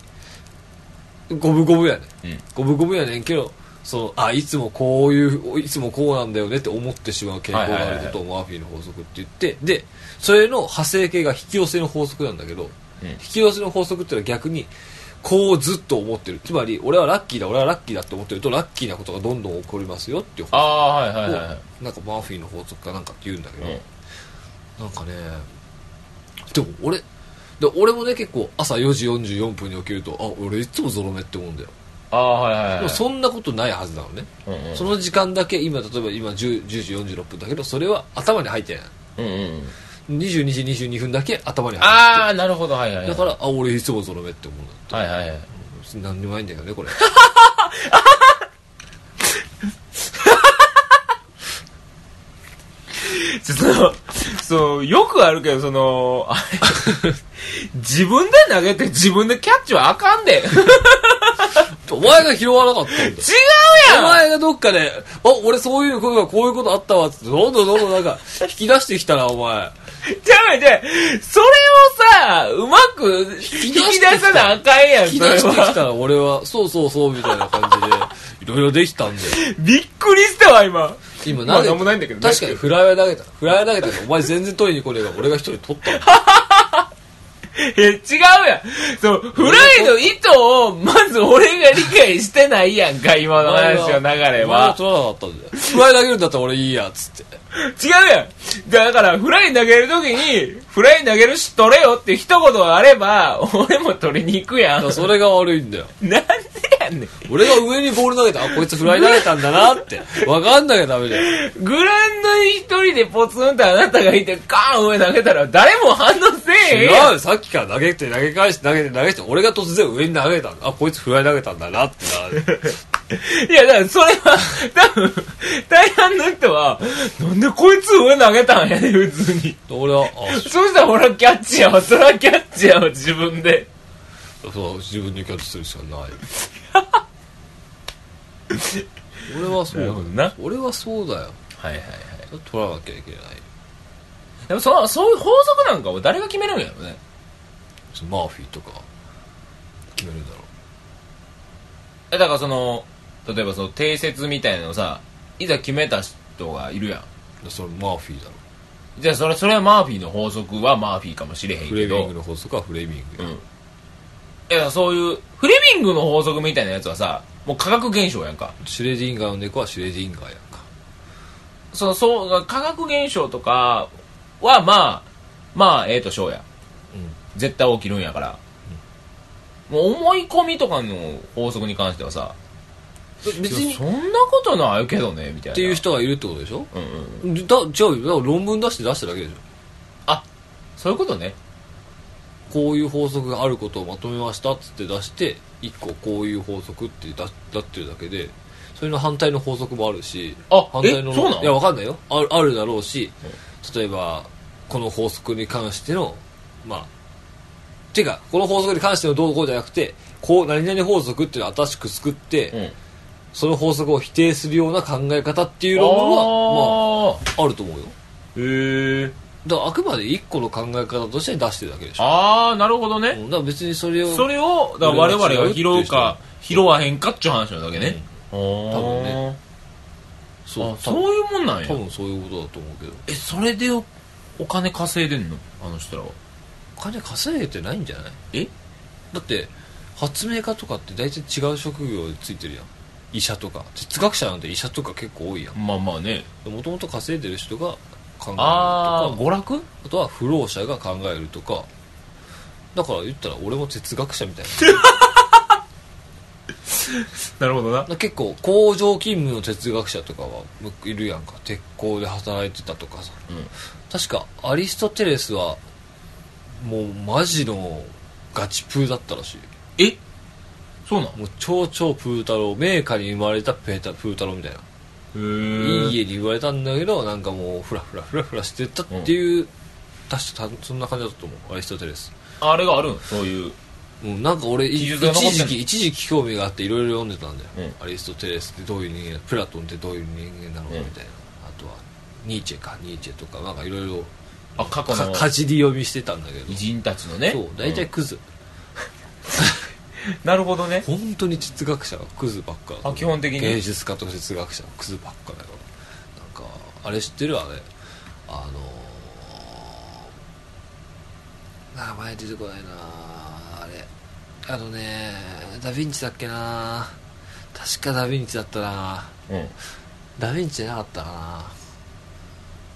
[SPEAKER 2] 五分五分やね
[SPEAKER 1] うん
[SPEAKER 2] 五分五分やねんけどそのあいつもこういういつもこうなんだよねって思ってしまう傾向があることをマーフィーの法則って言ってでそれの派生系が引き寄せの法則なんだけど、
[SPEAKER 1] うん
[SPEAKER 2] 引き寄せの法則っていうのは逆にこうずっと思ってるつまり俺はラッキーだ俺はラッキーだって思ってるとラッキーなことがどんどん起こりますよっていう法
[SPEAKER 1] ああ、はいはい
[SPEAKER 2] 則
[SPEAKER 1] はいはい。
[SPEAKER 2] をなんかマーフィーの法則かなんかって言うんだけど、
[SPEAKER 1] うん
[SPEAKER 2] なんかねでも俺で俺もね結構朝4時44分に起きるとあ俺いつもゾロ目って思うんだよ
[SPEAKER 1] ああ、はいはい
[SPEAKER 2] で
[SPEAKER 1] は
[SPEAKER 2] も
[SPEAKER 1] い。
[SPEAKER 2] そんなことないはずなのね、
[SPEAKER 1] うんうん
[SPEAKER 2] その時間だけ今例えば今 10, 10時46分だけどそれは頭に入ってない
[SPEAKER 1] うんうんうん。
[SPEAKER 2] 22時22分だけ頭に入
[SPEAKER 1] ああ、なるほど、はいは
[SPEAKER 2] っ
[SPEAKER 1] い
[SPEAKER 2] て
[SPEAKER 1] は
[SPEAKER 2] るだ
[SPEAKER 1] い。
[SPEAKER 2] からあ俺いつもゾロ目って思うんだ
[SPEAKER 1] はいはいはい。
[SPEAKER 2] 何にもないんだけどねこれ
[SPEAKER 1] ちょっと、そう、よくあるけど、その、 あれ自分で投げて自分でキャッチはあかんで。違う
[SPEAKER 2] お前が拾わな かったんだよ
[SPEAKER 1] やん
[SPEAKER 2] お前がどっかで、あ、俺そういうことがこういうことあったわっつって、どんどんどんどんなんか、引き出してきたな、お前。
[SPEAKER 1] じゃあ、じゃあそれをさ、うまく引き出さなあかんやん、
[SPEAKER 2] 引き
[SPEAKER 1] そ
[SPEAKER 2] 出
[SPEAKER 1] れ
[SPEAKER 2] してき
[SPEAKER 1] は。
[SPEAKER 2] たら俺は、そうそうそうみたいな感じで、いろいろできたんで。
[SPEAKER 1] びっくりしたわ、今。
[SPEAKER 2] 今
[SPEAKER 1] まあ
[SPEAKER 2] 投げ
[SPEAKER 1] なんもないんだけどね
[SPEAKER 2] 確かにフライは投げた。フライは投げたけど、お前全然取りに来ねえから俺が一人取ったもん。
[SPEAKER 1] え、違うやん。そう、フライの意図を、まず俺が理解してないやんか、今の話の流れ
[SPEAKER 2] お前が
[SPEAKER 1] は。
[SPEAKER 2] 取らなかったんだよ。フライ投げるんだったら俺いいや、つって。
[SPEAKER 1] 違うやん。だから、フライ投げるときに、フライ投げるし取れよって一言があれば、俺も取りに行くやん。
[SPEAKER 2] だか
[SPEAKER 1] な
[SPEAKER 2] ら
[SPEAKER 1] んで
[SPEAKER 2] それが悪いんだよ。
[SPEAKER 1] やねん。
[SPEAKER 2] 俺が上にボール投げた、あ、こいつフライ投げたんだなって。わかんなきゃダメだよ。
[SPEAKER 1] グラウンドに一人でポツンとあなたがいて、カーン上投げたら誰も反応せえへんや
[SPEAKER 2] 違
[SPEAKER 1] ん。
[SPEAKER 2] うさっきから投げて、投げ返して、投げて、投げて、俺が突然上に投げたんだ。あ、こいつフライ投げたんだなってなる。
[SPEAKER 1] いや、だからそれは、多分、大半の人は、なんでこいつ上投げたんやねん、普通に。
[SPEAKER 2] 俺は、あ、
[SPEAKER 1] そうしたら俺はキャッチやわ、それはキャッチやわ、自分で。
[SPEAKER 2] そう自分でキャッチするしかない俺はそう
[SPEAKER 1] な
[SPEAKER 2] だ
[SPEAKER 1] る
[SPEAKER 2] よ
[SPEAKER 1] ほどな
[SPEAKER 2] 俺はそうだよ
[SPEAKER 1] はいはいはい。
[SPEAKER 2] 取らなきゃいけない
[SPEAKER 1] でもその、そういう法則なんかを誰が決めるんやろね。
[SPEAKER 2] マーフィーとか決めるんだろ
[SPEAKER 1] えだからその、例えばその定説みたいなのをさ、いざ決めた人がいるやん。
[SPEAKER 2] うそれマーフィーだろ
[SPEAKER 1] じゃあそれ、それはマーフィーの法則はマーフィーかもしれへん
[SPEAKER 2] フ
[SPEAKER 1] け
[SPEAKER 2] レミン
[SPEAKER 1] ど
[SPEAKER 2] グ。の法則はフレミング、
[SPEAKER 1] うんいや、そういう、フレミングの法則みたいなやつはさ、もう科学現象やんか。
[SPEAKER 2] シュレディンガーの猫はシュレディンガーやんか
[SPEAKER 1] その、そう、科学現象とかは、まあ、まあ、ええとしょうや。
[SPEAKER 2] うん
[SPEAKER 1] 絶対起きるんやから。もう思い込みとかの法則に関してはさ、
[SPEAKER 2] 別
[SPEAKER 1] い
[SPEAKER 2] に
[SPEAKER 1] や
[SPEAKER 2] っ
[SPEAKER 1] そんなことないけどね、みたいな。
[SPEAKER 2] ていう。人がいるってことでしょ
[SPEAKER 1] うんうん。
[SPEAKER 2] だ違うよだから論文出して出しただけでしょ
[SPEAKER 1] あ、そういうことね。
[SPEAKER 2] こういう法則があることをまとめましたっつって出して1個こういう法則ってだなってるだけでそれの反対の法則もあるし
[SPEAKER 1] あ
[SPEAKER 2] 反対の
[SPEAKER 1] えそうなの
[SPEAKER 2] いやわかんないよあるあるだろうし例えばこの法則に関してのまあていうかこの法則に関してのどうこうじゃなくてこう何々法則っていうのを新しく作って、
[SPEAKER 1] うん。
[SPEAKER 2] その法則を否定するような考え方っていう論文は
[SPEAKER 1] あ
[SPEAKER 2] まああると思うよ
[SPEAKER 1] ー、へえ。
[SPEAKER 2] だからあくまで1個の考え方として出してるだけでしょ
[SPEAKER 1] あー、なるほどね。
[SPEAKER 2] うんだから別にそれを
[SPEAKER 1] それを、だから我々が拾うか、拾わへんかっちゅう話なだけね。うん、
[SPEAKER 2] 多分ねそ
[SPEAKER 1] あ
[SPEAKER 2] う
[SPEAKER 1] そういうもんなん
[SPEAKER 2] 多
[SPEAKER 1] や。
[SPEAKER 2] 分そういうことだと思うけど
[SPEAKER 1] え、それでおお金稼いでんのあの人らは。
[SPEAKER 2] お金稼げてないんじゃない
[SPEAKER 1] え
[SPEAKER 2] だって発明家とかって大体違う職業についてるやん医者とか哲学者なんて医者とか結構多いや
[SPEAKER 1] まあまあね。
[SPEAKER 2] んもともと稼いでる人が考えるとか
[SPEAKER 1] あ
[SPEAKER 2] あ
[SPEAKER 1] ー、娯楽
[SPEAKER 2] とは不老者が考えるとかだから言ったら俺も哲学者みたいなだか
[SPEAKER 1] なるほどな。
[SPEAKER 2] ら結構工場勤務の哲学者とかはむいるやんか鉄鋼で働いてたとかさ
[SPEAKER 1] うん。
[SPEAKER 2] 確かアリストテレスはもうマジのガチプーだったらしい
[SPEAKER 1] えそうなんへ
[SPEAKER 2] もう超超プー太郎名家に生まれたペータプー太郎みたいな、
[SPEAKER 1] ー
[SPEAKER 2] いい家に生まれたんだけどなんかもうフラフラフラフラしてったっていう、確かそんな感じだったと思うアリストテレス
[SPEAKER 1] あれがあるんそういう。
[SPEAKER 2] うん、なんか俺い
[SPEAKER 1] 記述が残
[SPEAKER 2] 一
[SPEAKER 1] ってんの
[SPEAKER 2] 時期一時期興味があっていろいろ読んでたんだよ、
[SPEAKER 1] う
[SPEAKER 2] アリストテレスってどういう人間プラトンってどういう人間なの
[SPEAKER 1] うん
[SPEAKER 2] みたいな、あとはニーチェかニーチェとかなんかいろいろ
[SPEAKER 1] あ、過去
[SPEAKER 2] か
[SPEAKER 1] の
[SPEAKER 2] かじり読みしてたんだけど
[SPEAKER 1] 偉人たちのね。
[SPEAKER 2] そう大体
[SPEAKER 1] ん
[SPEAKER 2] クズ、
[SPEAKER 1] なるほどね。
[SPEAKER 2] 本当に哲学者はクズばっか
[SPEAKER 1] あ基本的に
[SPEAKER 2] 芸術家と哲学者はクズばっかだよなんかあれ知ってるあれあのー名前出てこないなあれあのねダ・ヴィンチだっけな確かダ・ヴィンチだったな
[SPEAKER 1] うん。
[SPEAKER 2] ダ・ヴィンチじゃなかったか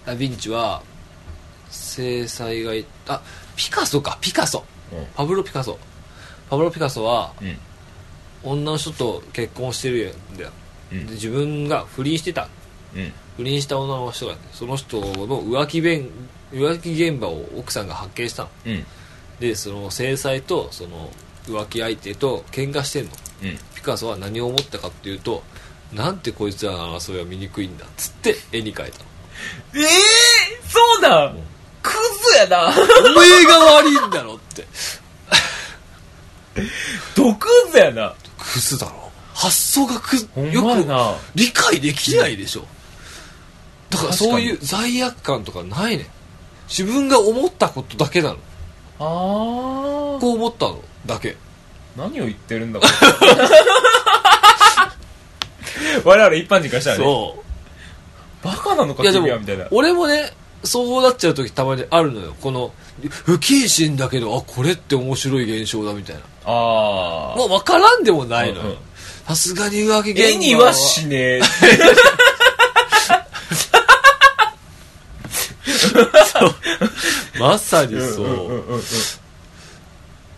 [SPEAKER 2] なダ・ヴィンチは制裁がいあピカソかピカソ
[SPEAKER 1] うん
[SPEAKER 2] パブロ・ピカソパブロ・ピカソは
[SPEAKER 1] うん。
[SPEAKER 2] 女の人と結婚してるんだよ、
[SPEAKER 1] うん
[SPEAKER 2] で自分が不倫してた
[SPEAKER 1] うん。
[SPEAKER 2] 不倫した女の人がその人の浮気弁浮気現場を奥さんが発見したの
[SPEAKER 1] うん。
[SPEAKER 2] でその制裁とその浮気相手と喧嘩してんの
[SPEAKER 1] うん。
[SPEAKER 2] ピカソは何を思ったかっていうとなんてこいつらの争いは醜いんだっつって絵に描いたの
[SPEAKER 1] ええそうなんクズや な。
[SPEAKER 2] おめえが悪いんだろって
[SPEAKER 1] 毒クズやな。
[SPEAKER 2] クズだろ発想がクズ
[SPEAKER 1] ほんま
[SPEAKER 2] よ
[SPEAKER 1] や
[SPEAKER 2] く
[SPEAKER 1] な。
[SPEAKER 2] 理解できないでしょだか
[SPEAKER 1] 確
[SPEAKER 2] ら
[SPEAKER 1] か
[SPEAKER 2] そう
[SPEAKER 1] に
[SPEAKER 2] いう罪悪感とかないね自分が思ったことだけなの
[SPEAKER 1] あー。
[SPEAKER 2] こう思ったのだけ
[SPEAKER 1] 何を言ってるんだ これ我々一般人からしたらね。
[SPEAKER 2] そ
[SPEAKER 1] バカなの
[SPEAKER 2] う
[SPEAKER 1] か
[SPEAKER 2] いやで
[SPEAKER 1] 君
[SPEAKER 2] も
[SPEAKER 1] はみたいな。
[SPEAKER 2] 俺もねそうなっちゃう時たまにあるのよこの不謹慎だけどあこれって面白い現象だみたいな
[SPEAKER 1] あ
[SPEAKER 2] もう分からんでもないの
[SPEAKER 1] うんう
[SPEAKER 2] よ
[SPEAKER 1] ん
[SPEAKER 2] さすがに浮気現場
[SPEAKER 1] 絵にはしねえ。
[SPEAKER 2] まさにそう,、
[SPEAKER 1] うんうんうん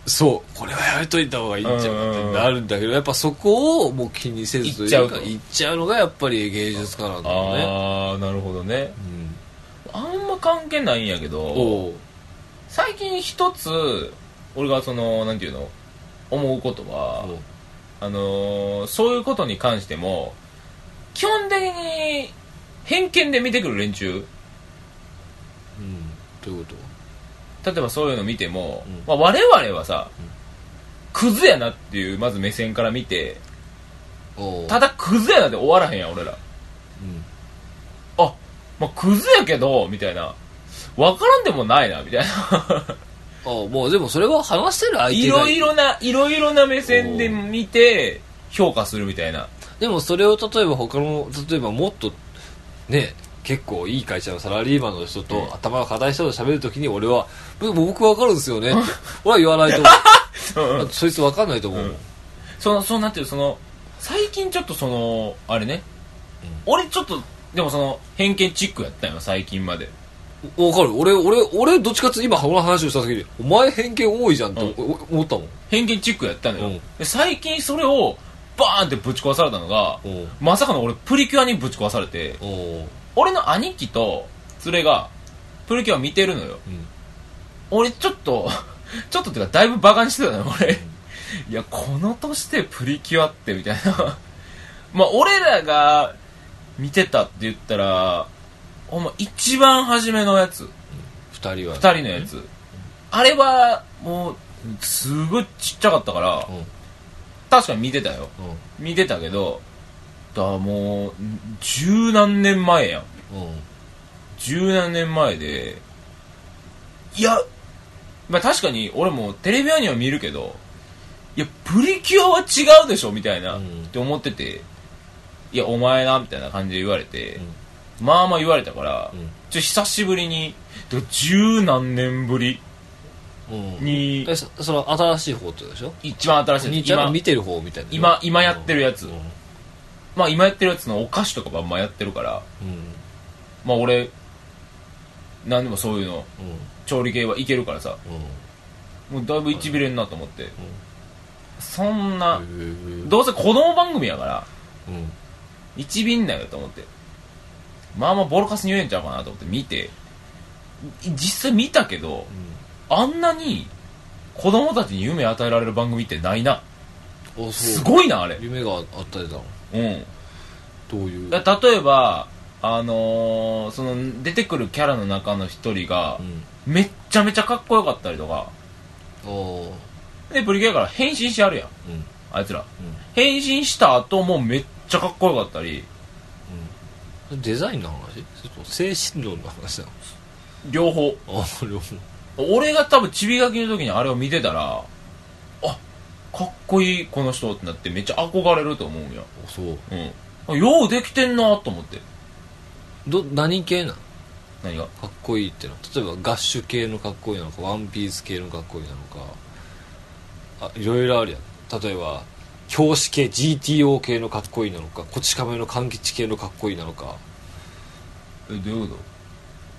[SPEAKER 2] そうこれはやめといた方がいいんじゃんってなるんだけどやっぱそこをもう気にせずと
[SPEAKER 1] 言っ
[SPEAKER 2] いう
[SPEAKER 1] ちゃ
[SPEAKER 2] か
[SPEAKER 1] うと
[SPEAKER 2] 言っちゃうのがやっぱり芸術家なんだろうね
[SPEAKER 1] あー、なるほどね。
[SPEAKER 2] うん
[SPEAKER 1] あんま関係ないんやけど、
[SPEAKER 2] おう
[SPEAKER 1] 最近一つ、俺がその、なんていうの、思うことは、あのーそういうことに関しても、基本的に偏見で見てくる連中、
[SPEAKER 2] うんどういうこ
[SPEAKER 1] 例えばそういうの見ても、
[SPEAKER 2] うん
[SPEAKER 1] まあ、我々はさ、クズやなっていう、まず目線から見て、
[SPEAKER 2] とおう
[SPEAKER 1] ただクズやなって終わらへんやん、俺ら。
[SPEAKER 2] うん
[SPEAKER 1] あ、まあ、クズやけど、みたいな。わからんでもないな、みたい な。
[SPEAKER 2] あもうでもそれは話してる相手が
[SPEAKER 1] いろいろな、いろいろな目線で見て、評価するみたいな。
[SPEAKER 2] でもそれを例えば他の例えばもっとね結構いい会社のサラリーマンの人と、頭が硬い人と喋るときに俺は「僕僕わかるんですよね」 って俺は言わないと思うあそいつわかんないと思う、
[SPEAKER 1] うんその、そうなってる、その、最近ちょっとその、あれね。俺ちょっと、でもその、偏見チックやったんよ、最近まで。
[SPEAKER 2] わかる俺俺俺どっちかっていうと今この話をしたときに「お前偏見多いじゃん」
[SPEAKER 1] う
[SPEAKER 2] と
[SPEAKER 1] ん
[SPEAKER 2] お思ったもん、
[SPEAKER 1] 偏見チックやったのよ。
[SPEAKER 2] うん
[SPEAKER 1] で最近それを、バーンってぶち壊されたのが、
[SPEAKER 2] うん
[SPEAKER 1] まさかの俺、プリキュアにぶち壊されて、
[SPEAKER 2] おう
[SPEAKER 1] 俺の兄貴と、連れが、プリキュア見てるのよ。
[SPEAKER 2] うん
[SPEAKER 1] 俺ちょっと ちょっとっていうかだいぶバカにしてたのよ俺いやこの年でプリキュアってみたいな まあ俺らが見てたって言ったらほんま一番初めのやつ
[SPEAKER 2] 二人は
[SPEAKER 1] 二人のやつあれはもうすごいちっちゃかったから
[SPEAKER 2] うん
[SPEAKER 1] 確かに見てたよ
[SPEAKER 2] う
[SPEAKER 1] 見てたけどだからもう十何年前やん
[SPEAKER 2] んうん
[SPEAKER 1] 十何年前でいや、まあ、確かに俺もテレビアニメは見るけどいやプリキュアは違うでしょみたいな、
[SPEAKER 2] うん
[SPEAKER 1] って思ってていやお前なみたいな感じで言われて、まあまあ言われたから、
[SPEAKER 2] うん
[SPEAKER 1] ちょ久しぶりにで十何年ぶり
[SPEAKER 2] うん
[SPEAKER 1] に
[SPEAKER 2] えそその新しい方ってことでしょ
[SPEAKER 1] 一番新
[SPEAKER 2] お
[SPEAKER 1] しい
[SPEAKER 2] 兄
[SPEAKER 1] やつ
[SPEAKER 2] ちゃんが
[SPEAKER 1] 今
[SPEAKER 2] 見てる方みたいな
[SPEAKER 1] 今今やってるやつ、
[SPEAKER 2] うん
[SPEAKER 1] まあ、今やってるやつのお菓子とかばんまやってるから
[SPEAKER 2] うん
[SPEAKER 1] まあ俺何でもそういうの
[SPEAKER 2] うん
[SPEAKER 1] 調理系はいけるからさもうだいぶ一ビレになと思って、そんな、
[SPEAKER 2] うん
[SPEAKER 1] どうせ子供番組やから
[SPEAKER 2] うん
[SPEAKER 1] 一ビンだよと思ってまあまあボロカスに言えんちゃうかなと思って見てい実際見たけどあんなに子供たちに夢与えられる番組ってないな
[SPEAKER 2] うんあ
[SPEAKER 1] す
[SPEAKER 2] そう
[SPEAKER 1] ごいなあれ
[SPEAKER 2] 夢があったりだの
[SPEAKER 1] うん
[SPEAKER 2] どういう
[SPEAKER 1] だ例えばあのーその出てくるキャラの中の一人が
[SPEAKER 2] うん
[SPEAKER 1] めっちゃめちゃかっこよかったりとか
[SPEAKER 2] あー
[SPEAKER 1] でプリキュアから変身してあるやん
[SPEAKER 2] うんうん
[SPEAKER 1] あいつら変身した後もめっちゃかっこよかったり
[SPEAKER 2] それデザインの話それとも精神論の話だ
[SPEAKER 1] 両方
[SPEAKER 2] ああ両方
[SPEAKER 1] 俺が多分ちびがきの時にあれを見てたらあかっこいいこの人ってなってめっちゃ憧れると思うんや
[SPEAKER 3] あそう
[SPEAKER 1] うんあようできてんなと思って
[SPEAKER 2] ど何系なの
[SPEAKER 1] 何が
[SPEAKER 2] かっこいいってのは例えばガッシュ系のかっこいいなのかワンピース系のかっこいいなのかあいろいろあるやん例えば表紙系 GTO 系のかっこいいなのかこち亀の柑橘系のかっこいいなのか
[SPEAKER 1] えどういうこ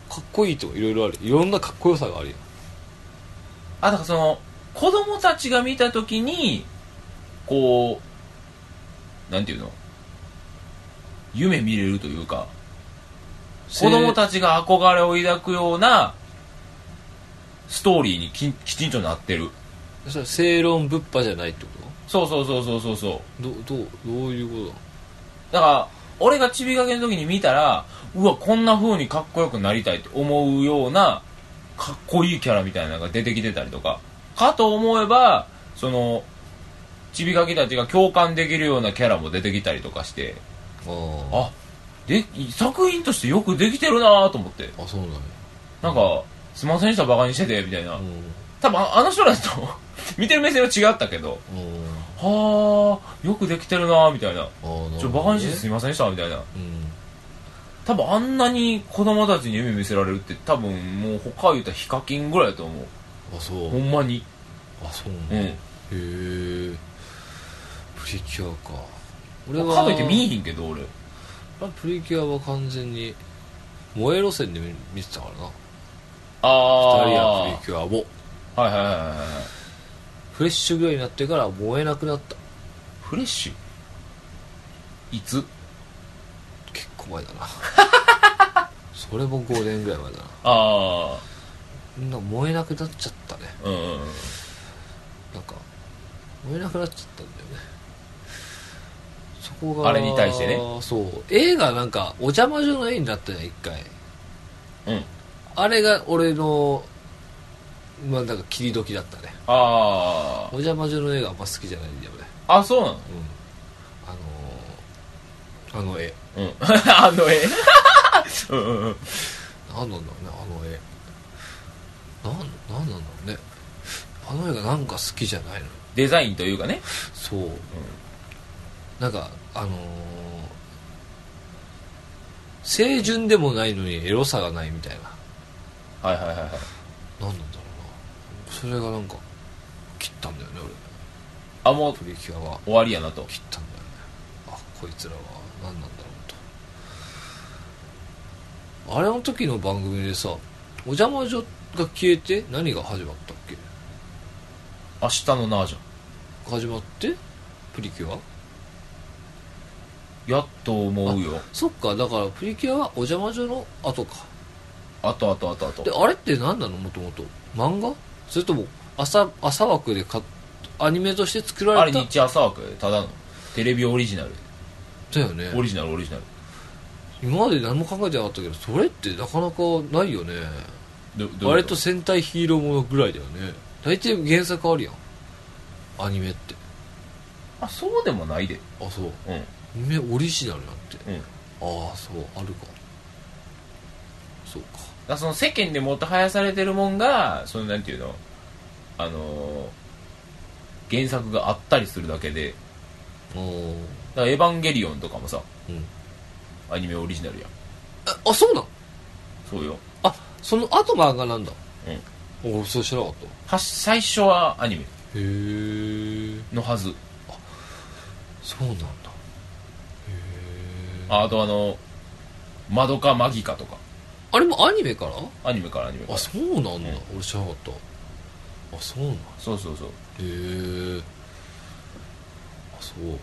[SPEAKER 1] と
[SPEAKER 2] かっこいいっていろいろあるいろんなかっこよさがあるやん
[SPEAKER 1] あだからその子供たちが見た時にこうなんていうの夢見れるというか子供
[SPEAKER 2] ち
[SPEAKER 1] たちが憧れを抱くようなストーリーにききちんとなってる
[SPEAKER 2] それは正論ぶっぱじゃないってこ
[SPEAKER 1] そうそうそうそうそうそう
[SPEAKER 2] とどどうどういうことなの
[SPEAKER 1] だから俺がちびかけの時に見たらうわこんな風にかっこよくなりたいと思うようなかっこいいキャラみたいなのが出てきてたりとかかと思えばそのちびかけたちが共感できるようなキャラも出てきたりとかして
[SPEAKER 2] あ
[SPEAKER 1] あで作品としてよくできてるなと思って
[SPEAKER 2] ああそうなんや、
[SPEAKER 1] なんかすいませんでしたバカにしててみたいな
[SPEAKER 2] う
[SPEAKER 1] 多分ああの人らと 見てる目線は違ったけど
[SPEAKER 2] んうん、
[SPEAKER 1] はあよくできてるなみたいな
[SPEAKER 2] あーな
[SPEAKER 1] ち
[SPEAKER 2] る
[SPEAKER 1] ょ
[SPEAKER 2] ほ
[SPEAKER 1] バ
[SPEAKER 2] ど
[SPEAKER 1] カ
[SPEAKER 2] ね
[SPEAKER 1] にしててすいませんでしたみたいな
[SPEAKER 2] うん
[SPEAKER 1] 多分あんなに子供たちに夢見せられるって多分もう他言うたらヒカキンぐらいだと思う
[SPEAKER 2] あそう
[SPEAKER 1] ほんまに
[SPEAKER 2] あそうなん
[SPEAKER 1] う
[SPEAKER 2] だ、
[SPEAKER 1] ん
[SPEAKER 2] へえプリキュアか俺
[SPEAKER 1] かといって見えへんけど俺
[SPEAKER 2] あプリキュアは完全に萌え路線で見見てたからな二人やプリキュアを
[SPEAKER 1] あはいはいはいはいはい
[SPEAKER 2] フレッシュぐらいになってから燃えなくなった
[SPEAKER 1] フレッシュいつ
[SPEAKER 2] 結構前だなそれも5年ぐらい前だな
[SPEAKER 1] あ
[SPEAKER 2] みんな燃えなくなっちゃったね
[SPEAKER 1] あうんうんうん
[SPEAKER 2] なんか燃えなくなっちゃったんだよねそこが
[SPEAKER 1] あれに対してね
[SPEAKER 2] そう映画なんかお邪魔女の絵になったじゃん一回
[SPEAKER 1] うん
[SPEAKER 2] あれが俺の、まあなんか切り時だったね。
[SPEAKER 1] あ
[SPEAKER 2] お邪魔女の絵があんま好きじゃないんだよね。
[SPEAKER 1] ああそうなの
[SPEAKER 2] うん。あのー、あの絵。
[SPEAKER 1] うん あの絵 うんうんうん
[SPEAKER 2] なんなんだろうね、あの絵。なん、なんなんだろうね。あの絵がなんか好きじゃないの。
[SPEAKER 1] デザインというかね
[SPEAKER 2] そう。なんか、あのー、清純でもないのにエロさがないみたいな。
[SPEAKER 1] はいはいはいはい
[SPEAKER 2] なんなんだろうな。それがなんか、切ったんだよね、
[SPEAKER 1] あもう
[SPEAKER 2] 俺。プリキュアは。
[SPEAKER 1] 終わりやなと
[SPEAKER 2] 切ったんだよねあこいつらは何なんだろうとあれの時の番組でさお邪魔女が消えて何が始まったっけ
[SPEAKER 1] 明日のナージ
[SPEAKER 2] 始まってプリキュア
[SPEAKER 1] ャやっと思うよ
[SPEAKER 2] そっかだからプリキュアはお邪魔女の後か
[SPEAKER 1] あとあとあとあと
[SPEAKER 2] であれって何なのもともと漫画それとも朝朝枠でかアニメとして作ら
[SPEAKER 1] あ
[SPEAKER 2] れ
[SPEAKER 1] れ
[SPEAKER 2] た
[SPEAKER 1] 日朝枠ただのテレビオリジナル
[SPEAKER 2] だよね
[SPEAKER 1] オリジナルオリジナル
[SPEAKER 2] 今まで何も考えてなかったけどそれってなかなかないよね
[SPEAKER 1] どどういう
[SPEAKER 2] 割
[SPEAKER 1] こと
[SPEAKER 2] 戦隊ヒーローものぐらいだよね大体原作あるやんアニメって
[SPEAKER 1] あそうでもないで
[SPEAKER 2] あそう
[SPEAKER 1] うん
[SPEAKER 2] アニメオリジナルなんて
[SPEAKER 1] うんだか
[SPEAKER 2] ああそうあるかそうから
[SPEAKER 1] その世間でもてはやされてるもんがそのなんていうのあのー原作があったりするだけで
[SPEAKER 2] おー
[SPEAKER 1] だからエヴァンゲリオンとかもさ
[SPEAKER 2] うん
[SPEAKER 1] アニメオリジナルやん
[SPEAKER 2] ああそうなの
[SPEAKER 1] そうよ
[SPEAKER 2] あその後漫画なんだおおそう知らなかっ
[SPEAKER 1] は最初はアニメ
[SPEAKER 2] たへえ
[SPEAKER 1] のはず
[SPEAKER 2] そうなんだへえ
[SPEAKER 1] ああとあの「マドカマギカ」とか
[SPEAKER 2] あれもアニメから
[SPEAKER 1] アニメからアニメから
[SPEAKER 2] あそうなんだ、
[SPEAKER 1] ん
[SPEAKER 2] 俺知らなかったあそうなんだ
[SPEAKER 1] そうそうそう
[SPEAKER 2] へえあそう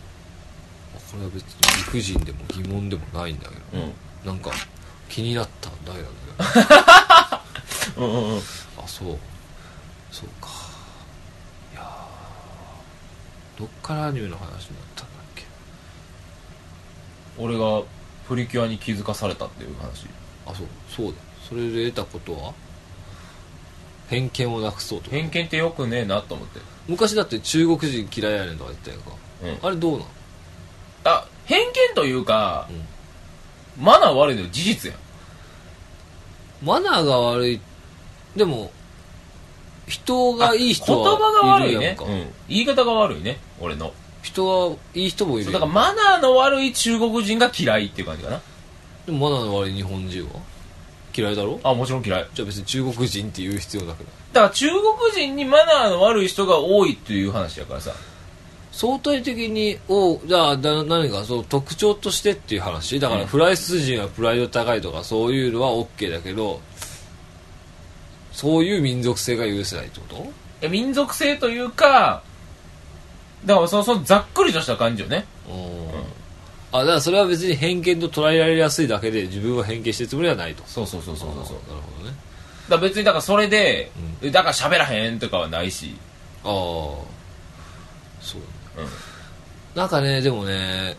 [SPEAKER 2] あこれは別に理不尽でも疑問でもないんだけど
[SPEAKER 1] うん
[SPEAKER 2] なんか気になっただけ なんだけ
[SPEAKER 1] うんうんうん
[SPEAKER 2] どあそうそうかいやーどっからアニメの話になったんだっけ
[SPEAKER 1] 俺がプリキュアに気づかされたっていう話
[SPEAKER 2] あそうそうだそれで得たことは偏見をなくそうと
[SPEAKER 1] 偏見ってよくねえなと思って
[SPEAKER 2] 昔だって中国人嫌いやねんとか言ったやんか、
[SPEAKER 1] うん
[SPEAKER 2] あれどうなの
[SPEAKER 1] あ偏見というか
[SPEAKER 2] うん、
[SPEAKER 1] マナー悪いのは事実やん
[SPEAKER 2] マナーが悪いでも人がいい人
[SPEAKER 1] 言葉が
[SPEAKER 2] は
[SPEAKER 1] 悪
[SPEAKER 2] い
[SPEAKER 1] い
[SPEAKER 2] るやん
[SPEAKER 1] ね、
[SPEAKER 2] か、
[SPEAKER 1] うん言い方が悪いね俺の
[SPEAKER 2] 人はいい人もい
[SPEAKER 1] そ
[SPEAKER 2] る
[SPEAKER 1] う
[SPEAKER 2] や
[SPEAKER 1] だ
[SPEAKER 2] ん
[SPEAKER 1] からマナーの悪い中国人が嫌いっていう感じかな
[SPEAKER 2] でもマナーの悪い日本人は嫌いだろ
[SPEAKER 1] あもちろん嫌い
[SPEAKER 2] じゃあ別に中国人って言う必要なくない
[SPEAKER 1] だから中国人にマナーの悪い人が多いっていう話やからさ
[SPEAKER 2] 相対的におじゃあだ何かそう特徴としてっていう話だか
[SPEAKER 1] う
[SPEAKER 2] ら
[SPEAKER 1] ん
[SPEAKER 2] フライス人はプライド高いとかそういうのは OK だけどそういう民族性が許せないってこと
[SPEAKER 1] いや民族性というかだからそのそのざっくりとした感じよね
[SPEAKER 2] うんあだからそれは別に偏見と捉えられやすいだけで自分は偏見してるつもりはないと
[SPEAKER 1] そうそうそうそうそうそう
[SPEAKER 2] あーなるほどね
[SPEAKER 1] だから別にだからそれで、だから喋らへんとかはないし
[SPEAKER 2] ああそうだね、なんかねでもね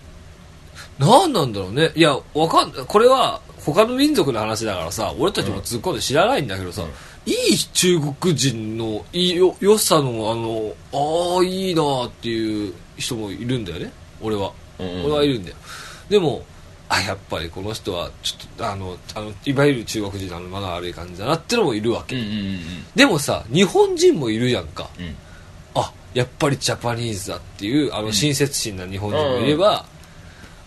[SPEAKER 2] 何なんだろうねいやわかんこれは他の民族の話だからさ俺たちも突っ込んで知らないんだけどさ、
[SPEAKER 1] うん
[SPEAKER 2] いい中国人のいいよ良さのあのああいいなーっていう人もいるんだよね俺は、
[SPEAKER 1] うんうんうん
[SPEAKER 2] 俺はいるんだよでもあやっぱりこの人はちょっとあのあのいわゆる中国人のあのマナー悪い感じだなってのもいるわけ、
[SPEAKER 1] うんうん
[SPEAKER 2] でもさ日本人もいるやんか、
[SPEAKER 1] うんうん
[SPEAKER 2] あやっぱりジャパニーズだっていうあの親切心な日本人もいれば、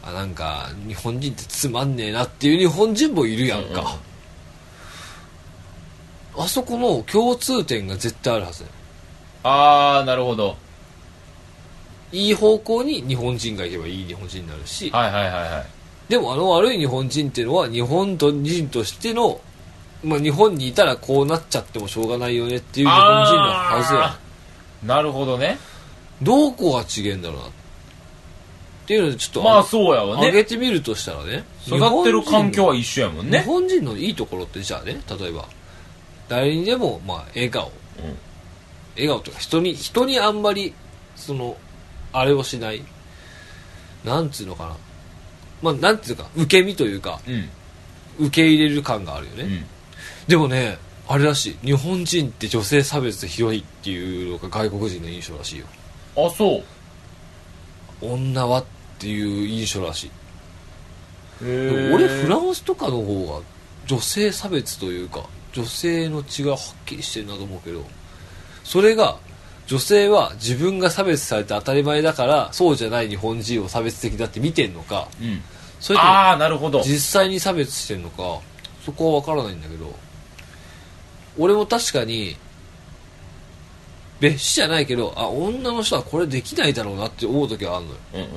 [SPEAKER 2] あなんか日本人ってつまんねえなっていう日本人もいるやんか、あそこの共通点が絶対あるはずだよ
[SPEAKER 1] ああなるほど
[SPEAKER 2] いい方向に日本人がいけばいい日本人になるし
[SPEAKER 1] はいはいはいはい
[SPEAKER 2] でもあの悪い日本人っていうのは日本人としての、まあ、日本にいたらこうなっちゃってもしょうがないよねっていう日本人のはずやん
[SPEAKER 1] あーなるほどね
[SPEAKER 2] どこが違えんだろうなっていうのでちょっと
[SPEAKER 1] まあそうやわ
[SPEAKER 2] 上
[SPEAKER 1] ね
[SPEAKER 2] げてみるとしたらね
[SPEAKER 1] 育ってる環境
[SPEAKER 2] は
[SPEAKER 1] は一緒やもん
[SPEAKER 2] 日
[SPEAKER 1] ね
[SPEAKER 2] 本人のいいところってじゃあね例えば誰にでもまあ笑顔
[SPEAKER 1] うん
[SPEAKER 2] 笑顔とか人に人にあんまりそのあれをしないなんつうのかなまあなんつうか受け身というか
[SPEAKER 1] うん
[SPEAKER 2] 受け入れる感があるよね、
[SPEAKER 1] うん
[SPEAKER 2] でもねあれらしい日本人って女性差別広いっていうのが外国人の印象らしいよ
[SPEAKER 1] あそう
[SPEAKER 2] 女はっていう印象らしいでも
[SPEAKER 1] 俺
[SPEAKER 2] 俺フランスとかの方が女性差別というか女性の血がはっきりしてるなと思うけどそれが女性は自分が差別されて当たり前だからそうじゃない日本人を差別的だって見てんのか
[SPEAKER 1] うん
[SPEAKER 2] それとも
[SPEAKER 1] ああなるほど
[SPEAKER 2] 実際に差別してんのかそこは分からないんだけど俺も確かに別視じゃないけどあ女の人はこれできないだろうなって思う時はあるのよ
[SPEAKER 1] うんうんうん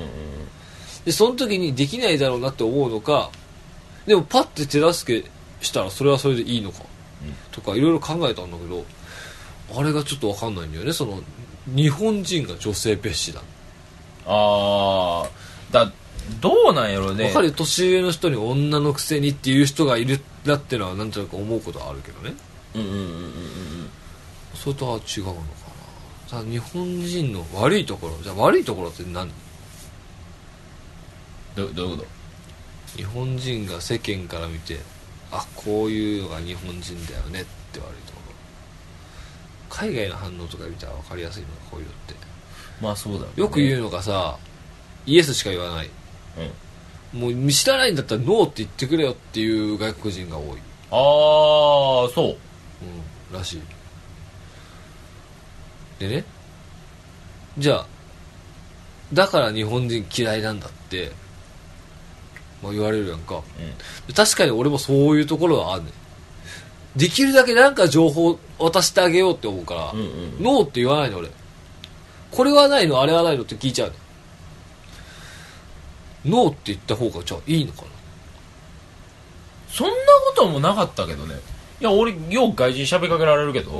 [SPEAKER 2] でその時にできないだろうなって思うのかでもパッて手助けしたらそれはそれでいいのか、
[SPEAKER 1] うん
[SPEAKER 2] とかいろいろ考えたんだけどあれがちょっと分かんないんだよねその日本人が女性蔑視だ、
[SPEAKER 1] ああだどうなんやろうね
[SPEAKER 2] わかる年上の人に女のくせにっていう人がいるなってのはなんとなく思うことはあるけどね
[SPEAKER 1] うんうんうんうんうん
[SPEAKER 2] それとは違うのかなさあ日本人の悪いところじゃあ悪いところって何
[SPEAKER 1] どどういうこ
[SPEAKER 2] 日本人が世間から見てあこういうのが日本人だよねって悪いところ海外の反応とか見たら分かりやすいのがこういうのって
[SPEAKER 1] とまあそうだ
[SPEAKER 2] よく言う
[SPEAKER 1] う
[SPEAKER 2] のがさイエスしか言わない
[SPEAKER 1] うん
[SPEAKER 2] もう知らないんだったらノーって言ってくれよっていう外国人が多い、
[SPEAKER 1] ああそう
[SPEAKER 2] うん、らしいでねじゃあだから日本人嫌いなんだって、まあ、言われるやんか、
[SPEAKER 1] うん
[SPEAKER 2] 確かに俺もそういうところはあるねんできるだけなんか情報渡してあげようって思うから、
[SPEAKER 1] うんうんうん
[SPEAKER 2] ノーって言わないの俺これはないのあれはないのって聞いちゃうねんノーって言った方がじゃあいいのかな
[SPEAKER 1] そんなこともなかったけどねいや俺よう外人喋りかけられるけど、い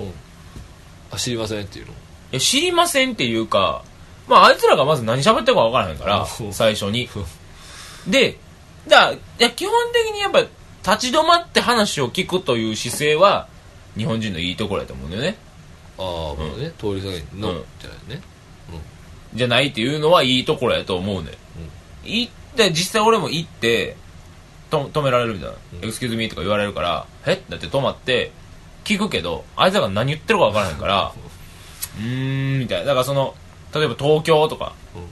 [SPEAKER 2] あ知りませんっていうの
[SPEAKER 1] や知りませんっていうかまああいつらがまず何喋ってるか分からへん から
[SPEAKER 2] うん
[SPEAKER 1] 最初にでだいや基本的にやっぱ立ち止まって話を聞くという姿勢は日本人のいいところやと思うんだよね
[SPEAKER 2] ああまあね、通り過ぎにノーってないね、
[SPEAKER 1] じゃないっていうのはいいところやと思うね、行って実際俺も行ってと止められるみたいな「
[SPEAKER 2] うん
[SPEAKER 1] Excuse me」とか言われるから「えっ?」だって止まって聞くけどあいつらが何言ってるか分からへん から「うーん」みたいなだからその例えば東京とか、
[SPEAKER 2] うん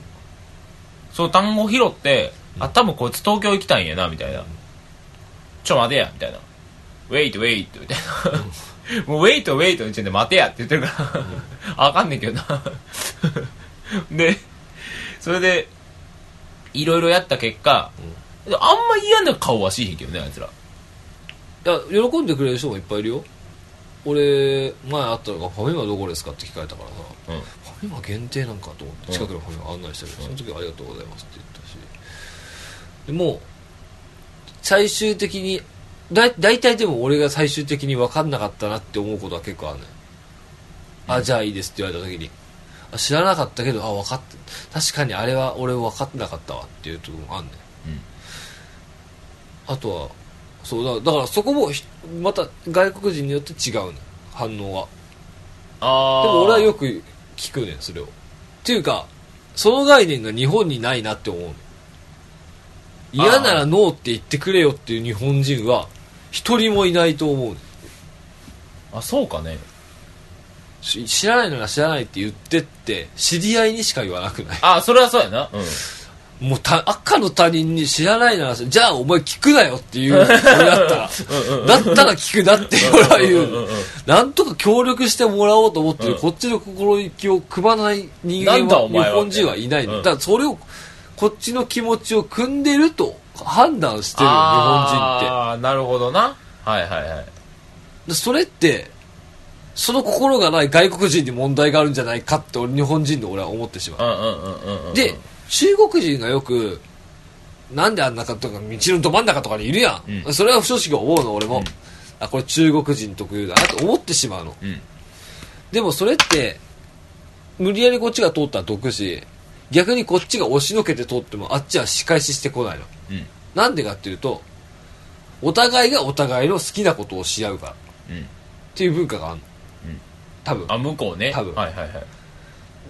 [SPEAKER 1] そう単語拾って「あ多分こいつ東京行きたいんやな」みたいな「ちょ待てや」みたいな「Wait wait」みたいな もうウェイトウェイトの時点で待てやって言ってるから、あかんねんけどな。で、それで、いろいろやった結果、あんま嫌な顔はしへんけどね、あいつら。
[SPEAKER 2] いや喜んでくれる人もいっぱいいるよ俺前会ったのが「ファミマどこですか?」って聞かれたからさ
[SPEAKER 1] うん。
[SPEAKER 2] 「ファミマ限定なんか」と思っ
[SPEAKER 1] う
[SPEAKER 2] て
[SPEAKER 1] ん
[SPEAKER 2] 近くのファミマ案内したけど、その時は「ありがとうございます」って言ったしでもう最終的にだ大体でも俺が最終的に分かんなかったなって思うことは結構あるねあじゃあいいですって言われた時にあ知らなかったけどあ分かって確かにあれは俺分かってなかったわっていうところもあんね、あとはそうだだからそこもひまた外国人によって違うね反応は
[SPEAKER 1] あ
[SPEAKER 2] でも俺はよ
[SPEAKER 1] く。
[SPEAKER 2] く聞くねそれをっていうかその概念が日本にないなって思うの嫌ならノーって言ってくれよっていう日本人は一人もいないと思うね
[SPEAKER 1] あ、そうかね。
[SPEAKER 2] し知らないなら知らないって言ってって知り合いにしか言わなくない
[SPEAKER 1] あ、それはそうやな。うん。
[SPEAKER 2] もうた赤の他人に知らないならさじゃあお前聞くなよっていう俺だったらだったら聞くなって俺は言
[SPEAKER 1] うんうんう
[SPEAKER 2] う
[SPEAKER 1] う
[SPEAKER 2] ん
[SPEAKER 1] ん
[SPEAKER 2] なんとか協力してもらおうと思ってる、
[SPEAKER 1] うん
[SPEAKER 2] こっちの心意気を組まない人間
[SPEAKER 1] なんだ
[SPEAKER 2] は
[SPEAKER 1] お
[SPEAKER 2] 日
[SPEAKER 1] 前は
[SPEAKER 2] 本人はいないの、
[SPEAKER 1] うん
[SPEAKER 2] だからそれをこっちの気持ちを組んでると判断してるよ日本人って
[SPEAKER 1] ああ、なるほどな。はいはいはい。
[SPEAKER 2] でそれってその心がない外国人に問題があるんじゃないかって俺日本人の俺は思ってしまう
[SPEAKER 1] うんうんうんうんうん。
[SPEAKER 2] で、中国人がよく、なんであんなかとか、道のど真ん中とかにいるやん。
[SPEAKER 1] うん
[SPEAKER 2] それは不正直思うの、俺も。あ、これ中国人特有だなと思ってしまうの。
[SPEAKER 1] うん。
[SPEAKER 2] でもそれって、無理やりこっちが通ったら毒し、逆にこっちが押しのけて通っても、あっちは仕返ししてこないの。
[SPEAKER 1] うん。
[SPEAKER 2] なんでかっていうと、お互いがお互いの好きなことをし合うから。っ
[SPEAKER 1] うん。
[SPEAKER 2] ていう文化があるの。
[SPEAKER 1] うん
[SPEAKER 2] 多分。
[SPEAKER 1] あ、向こうね。
[SPEAKER 2] 多分
[SPEAKER 1] はいはいはい。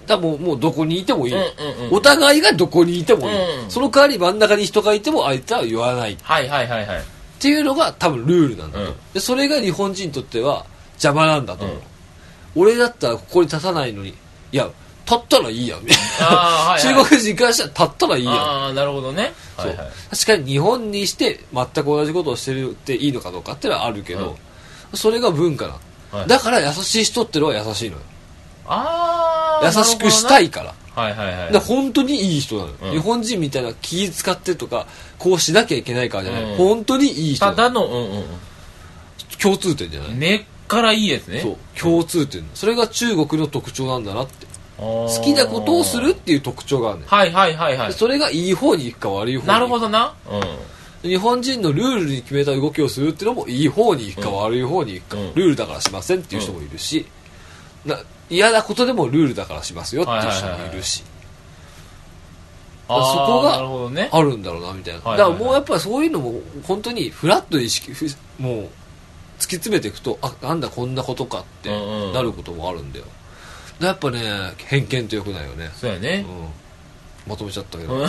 [SPEAKER 2] 多分もうどこにいてもいいの。
[SPEAKER 1] うんうんうん
[SPEAKER 2] お互いがどこにいてもいい、
[SPEAKER 1] うん
[SPEAKER 2] その代わり真ん中に人がいてもあいつは言わないっ
[SPEAKER 1] はいはいはいはい。
[SPEAKER 2] ていうのが多分ルールなんだと、
[SPEAKER 1] うん
[SPEAKER 2] でそれが日本人にとっては邪魔なんだと思う、俺だったらここに立たないのにいや立ったらいいやんみたい
[SPEAKER 1] ああ、はい、はい。
[SPEAKER 2] な 中国人からしたら立ったらいいやん
[SPEAKER 1] ああ、なるほどね。は
[SPEAKER 2] そう
[SPEAKER 1] いはい。
[SPEAKER 2] 確かに日本にして全く同じことをしてるっていいのかどうかっていうのはあるけど、それが文化なの、
[SPEAKER 1] はい
[SPEAKER 2] だから優しい人ってのは優しいのよ
[SPEAKER 1] ああ、
[SPEAKER 2] 優しくした
[SPEAKER 1] い。
[SPEAKER 2] いから
[SPEAKER 1] はいはいはい。
[SPEAKER 2] で本当にいい人なの、
[SPEAKER 1] うん
[SPEAKER 2] 日本人みたいな気使ってとかこうしなきゃいけないからじゃない、
[SPEAKER 1] うん
[SPEAKER 2] 本当にいい人
[SPEAKER 1] た
[SPEAKER 2] な
[SPEAKER 1] だ
[SPEAKER 2] の
[SPEAKER 1] の、うんうん
[SPEAKER 2] 共通点じゃな
[SPEAKER 1] う
[SPEAKER 2] い、
[SPEAKER 1] ん。根っからいいやつね。
[SPEAKER 2] そう共通点それが中国の特徴なんだなって
[SPEAKER 1] 好
[SPEAKER 2] 好きなことをするっていう特徴があるね
[SPEAKER 1] はいはいはいはい
[SPEAKER 2] で。それがいい方に行くか悪い方に行くか
[SPEAKER 1] なるほどな。うん。
[SPEAKER 2] 日本人のルールに決めた動きをするっていうのもいい方に行くか悪い方に行くか、
[SPEAKER 1] うん
[SPEAKER 2] ルールだからしませんっていう人もいるし、な嫌なことでもルールだからしますよっていう人もいるし、
[SPEAKER 1] あー
[SPEAKER 2] そこが
[SPEAKER 1] なるほどね。
[SPEAKER 2] あるんだろうなみたいな、
[SPEAKER 1] はいはいはい
[SPEAKER 2] だからもうやっぱりそういうのも本当にフラットに意識ふもう突き詰めていくとあなんだこんなことかって
[SPEAKER 1] うんうん
[SPEAKER 2] なることもあるんだよ、だからやっぱね偏見ってよくないよね、
[SPEAKER 1] そうや
[SPEAKER 2] う
[SPEAKER 1] ね
[SPEAKER 2] ん。、まとめちゃったけ
[SPEAKER 1] う
[SPEAKER 2] ど
[SPEAKER 1] ん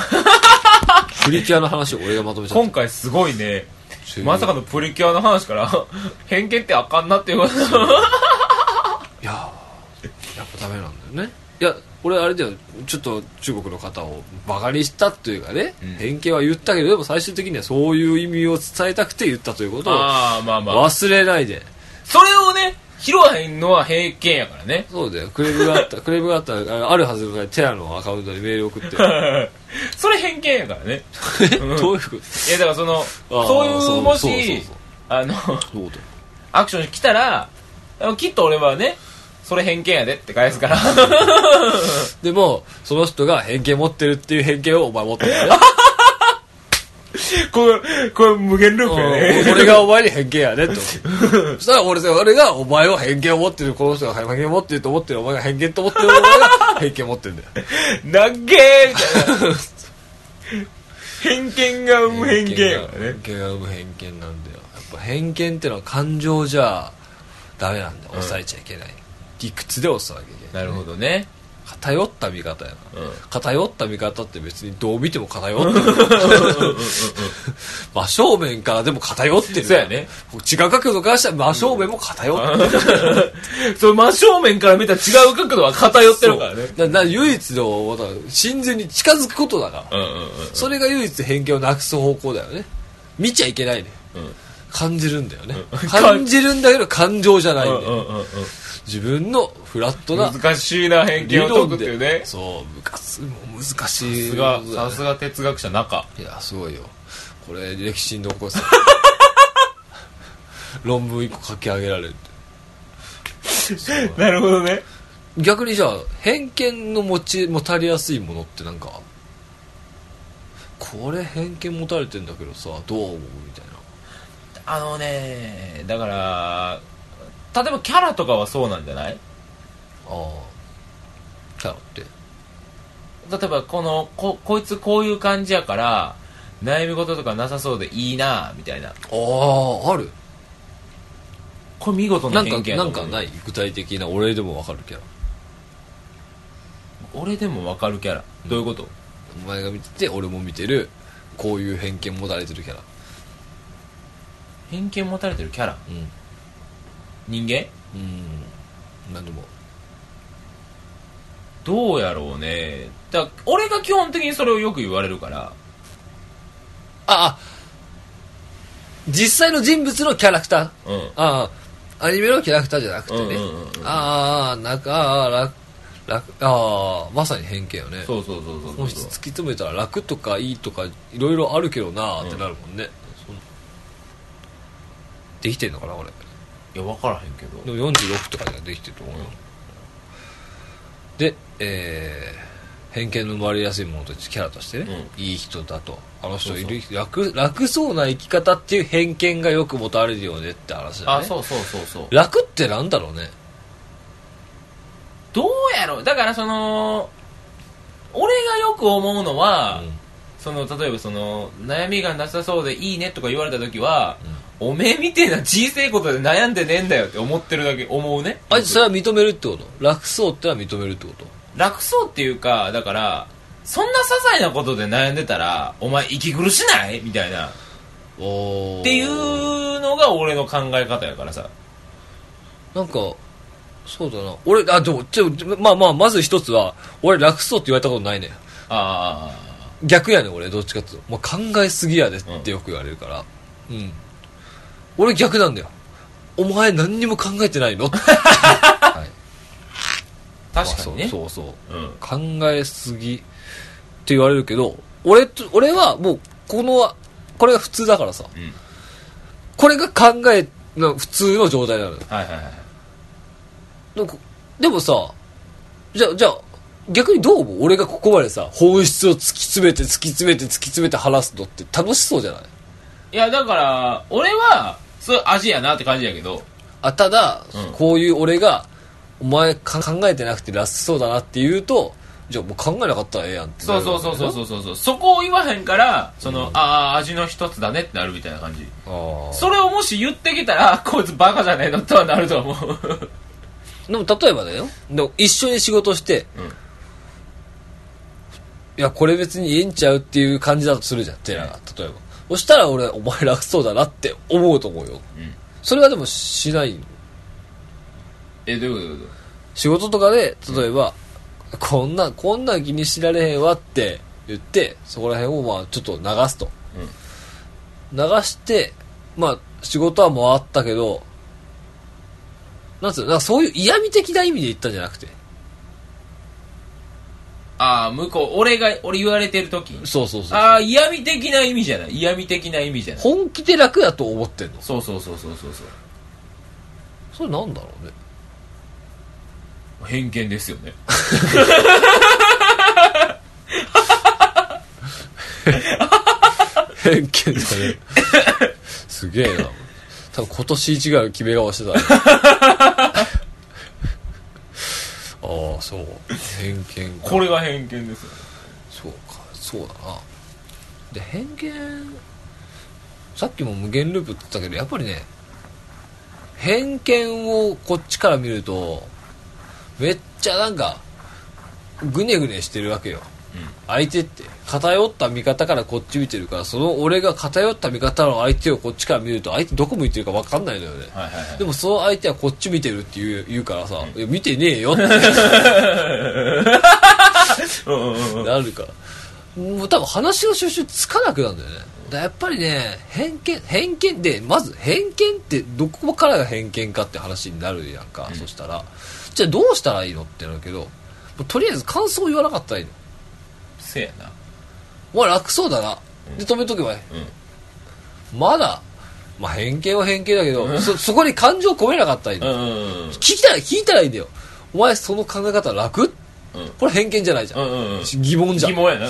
[SPEAKER 2] プリキュアの話を俺がまとめちゃった
[SPEAKER 1] 今回すごいね。
[SPEAKER 2] 中
[SPEAKER 1] まさかのプリキュアの話から、 偏見ってあかんなっていうこと。
[SPEAKER 2] いやーやっぱダメなんだよねいや俺あれだよちょっと中国の方をバカにしたというかね、
[SPEAKER 1] うん
[SPEAKER 2] 偏見は言ったけどでも最終的にはそういう意味を伝えたくて言ったということを
[SPEAKER 1] ああ、まあまあ。
[SPEAKER 2] 忘れないで、
[SPEAKER 1] それをね、拾わへんのは偏見やからね。
[SPEAKER 2] そうだよクレームがあった クレームがあったらあるはずがテラのアカウントにメール送って
[SPEAKER 1] それ偏見やからね。
[SPEAKER 2] えどういうこと
[SPEAKER 1] いや、だからその、そういう、
[SPEAKER 2] そう
[SPEAKER 1] も
[SPEAKER 2] そうそう
[SPEAKER 1] し
[SPEAKER 2] そう、
[SPEAKER 1] あの、
[SPEAKER 2] そうだよ
[SPEAKER 1] アクション来たら、きっと俺はね、それ偏見やでって返すから。
[SPEAKER 2] でもその人が偏見持ってるっていう偏見をお前持ってるよ
[SPEAKER 1] これ、これ無限ループやね。
[SPEAKER 2] 俺がお前に偏見やね とそしたら俺さ俺がお前は偏見を持ってるこの人が偏見を持ってると思ってるお前が偏見と思ってる俺が偏見を持ってるん だよ
[SPEAKER 1] なっげーみたいな。偏見が生む偏見やからね
[SPEAKER 2] 偏。見が生む偏見なんだよやっぱ偏見ってのは感情じゃダメなんだよ抑えちゃいけない、理屈で抑えちゃいけ ない
[SPEAKER 1] なるほどね。
[SPEAKER 2] 偏った見方やな
[SPEAKER 1] うん。
[SPEAKER 2] 偏った見方って別にどう見ても偏ってる 真正面からでも偏ってる
[SPEAKER 1] そうやね
[SPEAKER 2] 違う角度からしたら真正面も偏ってる、
[SPEAKER 1] その真正面から見た違う角度は偏ってるからね。
[SPEAKER 2] そうなな唯一のだから真髄に近づくことだから、
[SPEAKER 1] うんうんうん。
[SPEAKER 2] それが唯一偏見をなくす方向だよね見ちゃいけないね、
[SPEAKER 1] うん
[SPEAKER 2] 感じるんだよね。 感じるんだけど感情じゃないんだよ。
[SPEAKER 1] うんうん
[SPEAKER 2] 自分のフラットな
[SPEAKER 1] 難しいな偏
[SPEAKER 2] 理
[SPEAKER 1] 見を解く
[SPEAKER 2] 論
[SPEAKER 1] っていう
[SPEAKER 2] で。
[SPEAKER 1] ねさ
[SPEAKER 2] そう、昔もう難しい。
[SPEAKER 1] すがさすが哲学者中
[SPEAKER 2] いや、すごいよ。これ、歴史に残す。論文一個書き上げられるっ て。
[SPEAKER 1] なるほどね
[SPEAKER 2] 逆にじゃあ、偏見の持ち、持たれやすいものってなんか、これ偏見持たれてんだけどさ、どう思うみたいな。
[SPEAKER 1] あのねだから例えばキャラとかはそうなんじゃない
[SPEAKER 2] ああ。キャラって。
[SPEAKER 1] 例えばこのここいつこういう感じやから悩み事とかなさそうでいいなみたいな
[SPEAKER 2] ああ、ある
[SPEAKER 1] これ見事
[SPEAKER 2] な
[SPEAKER 1] なん
[SPEAKER 2] か
[SPEAKER 1] 偏見、やと
[SPEAKER 2] なん
[SPEAKER 1] 思う
[SPEAKER 2] かない具体的な俺でもわかるキャラ。
[SPEAKER 1] 俺でもわかるキャラどういうこと、
[SPEAKER 2] お前が見てて、俺も見てる、こういう偏見持たれてるキャラ。
[SPEAKER 1] 偏見持たれてるキャラ
[SPEAKER 2] うん。
[SPEAKER 1] 人間
[SPEAKER 2] うん。なんでも。
[SPEAKER 1] どうやろうねだから俺が基本的にそれをよく言われるから
[SPEAKER 2] ああ実際の人物のキャラクター
[SPEAKER 1] うん
[SPEAKER 2] ああアニメのキャラクターじゃなくてね、
[SPEAKER 1] うんうんうんうん
[SPEAKER 2] ああなんかああ楽楽ああまさに偏見よね
[SPEAKER 1] そうそうそうそう
[SPEAKER 2] 本質突き詰めたら楽とかいいとかいろいろあるけどなーってなるもんね、そんできてんのかな俺
[SPEAKER 1] いや分からへんけど
[SPEAKER 2] でも46とかにはできてると思うよ、でえー、偏見の生まれやすいものとしてキャラとしてね、いい人だとあの人いる楽楽そうな生き方っていう偏見がよく持たれるよねって話だよ
[SPEAKER 1] あ
[SPEAKER 2] ね
[SPEAKER 1] そうそうそうそう
[SPEAKER 2] 楽ってなんだろうね
[SPEAKER 1] どうやろうだからその俺がよく思うのは、その例えばその悩みがなさそうでいいねとか言われた時は、おめえみてえな小さいことで悩んでねえんだよって思ってるだけ思うね
[SPEAKER 2] あいつそれは認めるってこと楽そうってのは認めるってこと
[SPEAKER 1] 楽そうっていうかだからそんな些細なことで悩んでたらお前息苦しないみたいなっ
[SPEAKER 2] おー
[SPEAKER 1] ていうのが俺の考え方やからさ
[SPEAKER 2] なんかそうだな俺あでもちょまあまあまず一つは俺楽そうって言われたことないね
[SPEAKER 1] あ
[SPEAKER 2] 逆やね俺どっちかっていうと、まあ、考えすぎやでってよく言われるからうん、俺逆なんだよお前何にも考えてないのはい
[SPEAKER 1] あ確かにね、
[SPEAKER 2] そうそうそう
[SPEAKER 1] うん
[SPEAKER 2] 考えすぎって言われるけど俺と俺はもうこのこれが普通だからさ
[SPEAKER 1] うん
[SPEAKER 2] これが考えの普通の状態なのよ
[SPEAKER 1] はいはいはい
[SPEAKER 2] なんかでもさじゃあじゃあ逆にどう思う俺がここまでさ本質を突き詰めて突き詰めて突き詰めて話すのって楽しそうじゃない
[SPEAKER 1] いやだから俺はそういう味やなって感じやけど
[SPEAKER 2] あただ、
[SPEAKER 1] うん
[SPEAKER 2] こういう俺がお前か考えてなくてラスそうだなって言うとじゃあもう考えなかったらええやんってな
[SPEAKER 1] そ
[SPEAKER 2] る
[SPEAKER 1] うそうそうそう
[SPEAKER 2] う
[SPEAKER 1] そうそうそうそこを言わへんからその、ああ味の一つだねってなるみたいな感じ
[SPEAKER 2] あ
[SPEAKER 1] それをもし言ってきたらこいつバカじゃねえのとはなると思う
[SPEAKER 2] ーでも例えばだよでも一緒に仕事して、
[SPEAKER 1] うん
[SPEAKER 2] いやこれ別にええんちゃうっていう感じだとするじゃんテラが例えばそしたら俺お前楽そうだなって思うと思うよ、
[SPEAKER 1] ん
[SPEAKER 2] それはでもしないの
[SPEAKER 1] えどういうことどういうこ
[SPEAKER 2] 仕事とかで例えば、こんなこんなん気にしられへんわって言ってそこら辺をまあちょっと流すと、流してまあ仕事は回ったけどなんつうのなんかそういう嫌味的な意味で言ったんじゃなくて
[SPEAKER 1] とああ向こう俺が俺言われてる時
[SPEAKER 2] そうそうそう
[SPEAKER 1] ああ嫌味的な意味じゃない嫌味的な意味じゃない
[SPEAKER 2] 本気で楽やと思ってんの
[SPEAKER 1] そうそうそうそうそうそう
[SPEAKER 2] それなんだろうね
[SPEAKER 1] 偏見ですよね
[SPEAKER 2] 偏見 だねすげえな多分今年一ぐらいの決め顔してた、ね、 ああそう偏見か
[SPEAKER 1] これが偏見ですよね
[SPEAKER 2] そうかそうだなで偏見さっきも無限ループって言ったけどやっぱりね偏見をこっちから見るとめっちゃなんかグネグネしてるわけよ、相手って偏った見方からこっち見てるからその俺が偏った見方の相手をこっちから見ると相手どこ向いてるか分かんないのよね、
[SPEAKER 1] はいはいはい
[SPEAKER 2] でもその相手はこっち見てるって言う言うからさ、いや見てねえよって
[SPEAKER 1] うんうんうん
[SPEAKER 2] なるからもう多分話の収集つかなくなるんだよねだやっぱりね偏見偏見でまず偏見ってどこからが偏見かって話になるやんか、そしたらじゃあどうしたらいいのってなるけどもうとりあえず感想を言わなかったらいいの
[SPEAKER 1] せやな
[SPEAKER 2] まあ楽そうだなで止めとけばいい、まだ、まあ、偏見は偏見だけど、そそこに感情込めなかったらいいの、
[SPEAKER 1] うんうんうん
[SPEAKER 2] 聞いたら聞いたらいいんだよお前その考え方楽、
[SPEAKER 1] うん
[SPEAKER 2] これ偏見じゃないじゃん、
[SPEAKER 1] うんうんうん
[SPEAKER 2] 疑問じゃん
[SPEAKER 1] 疑問やな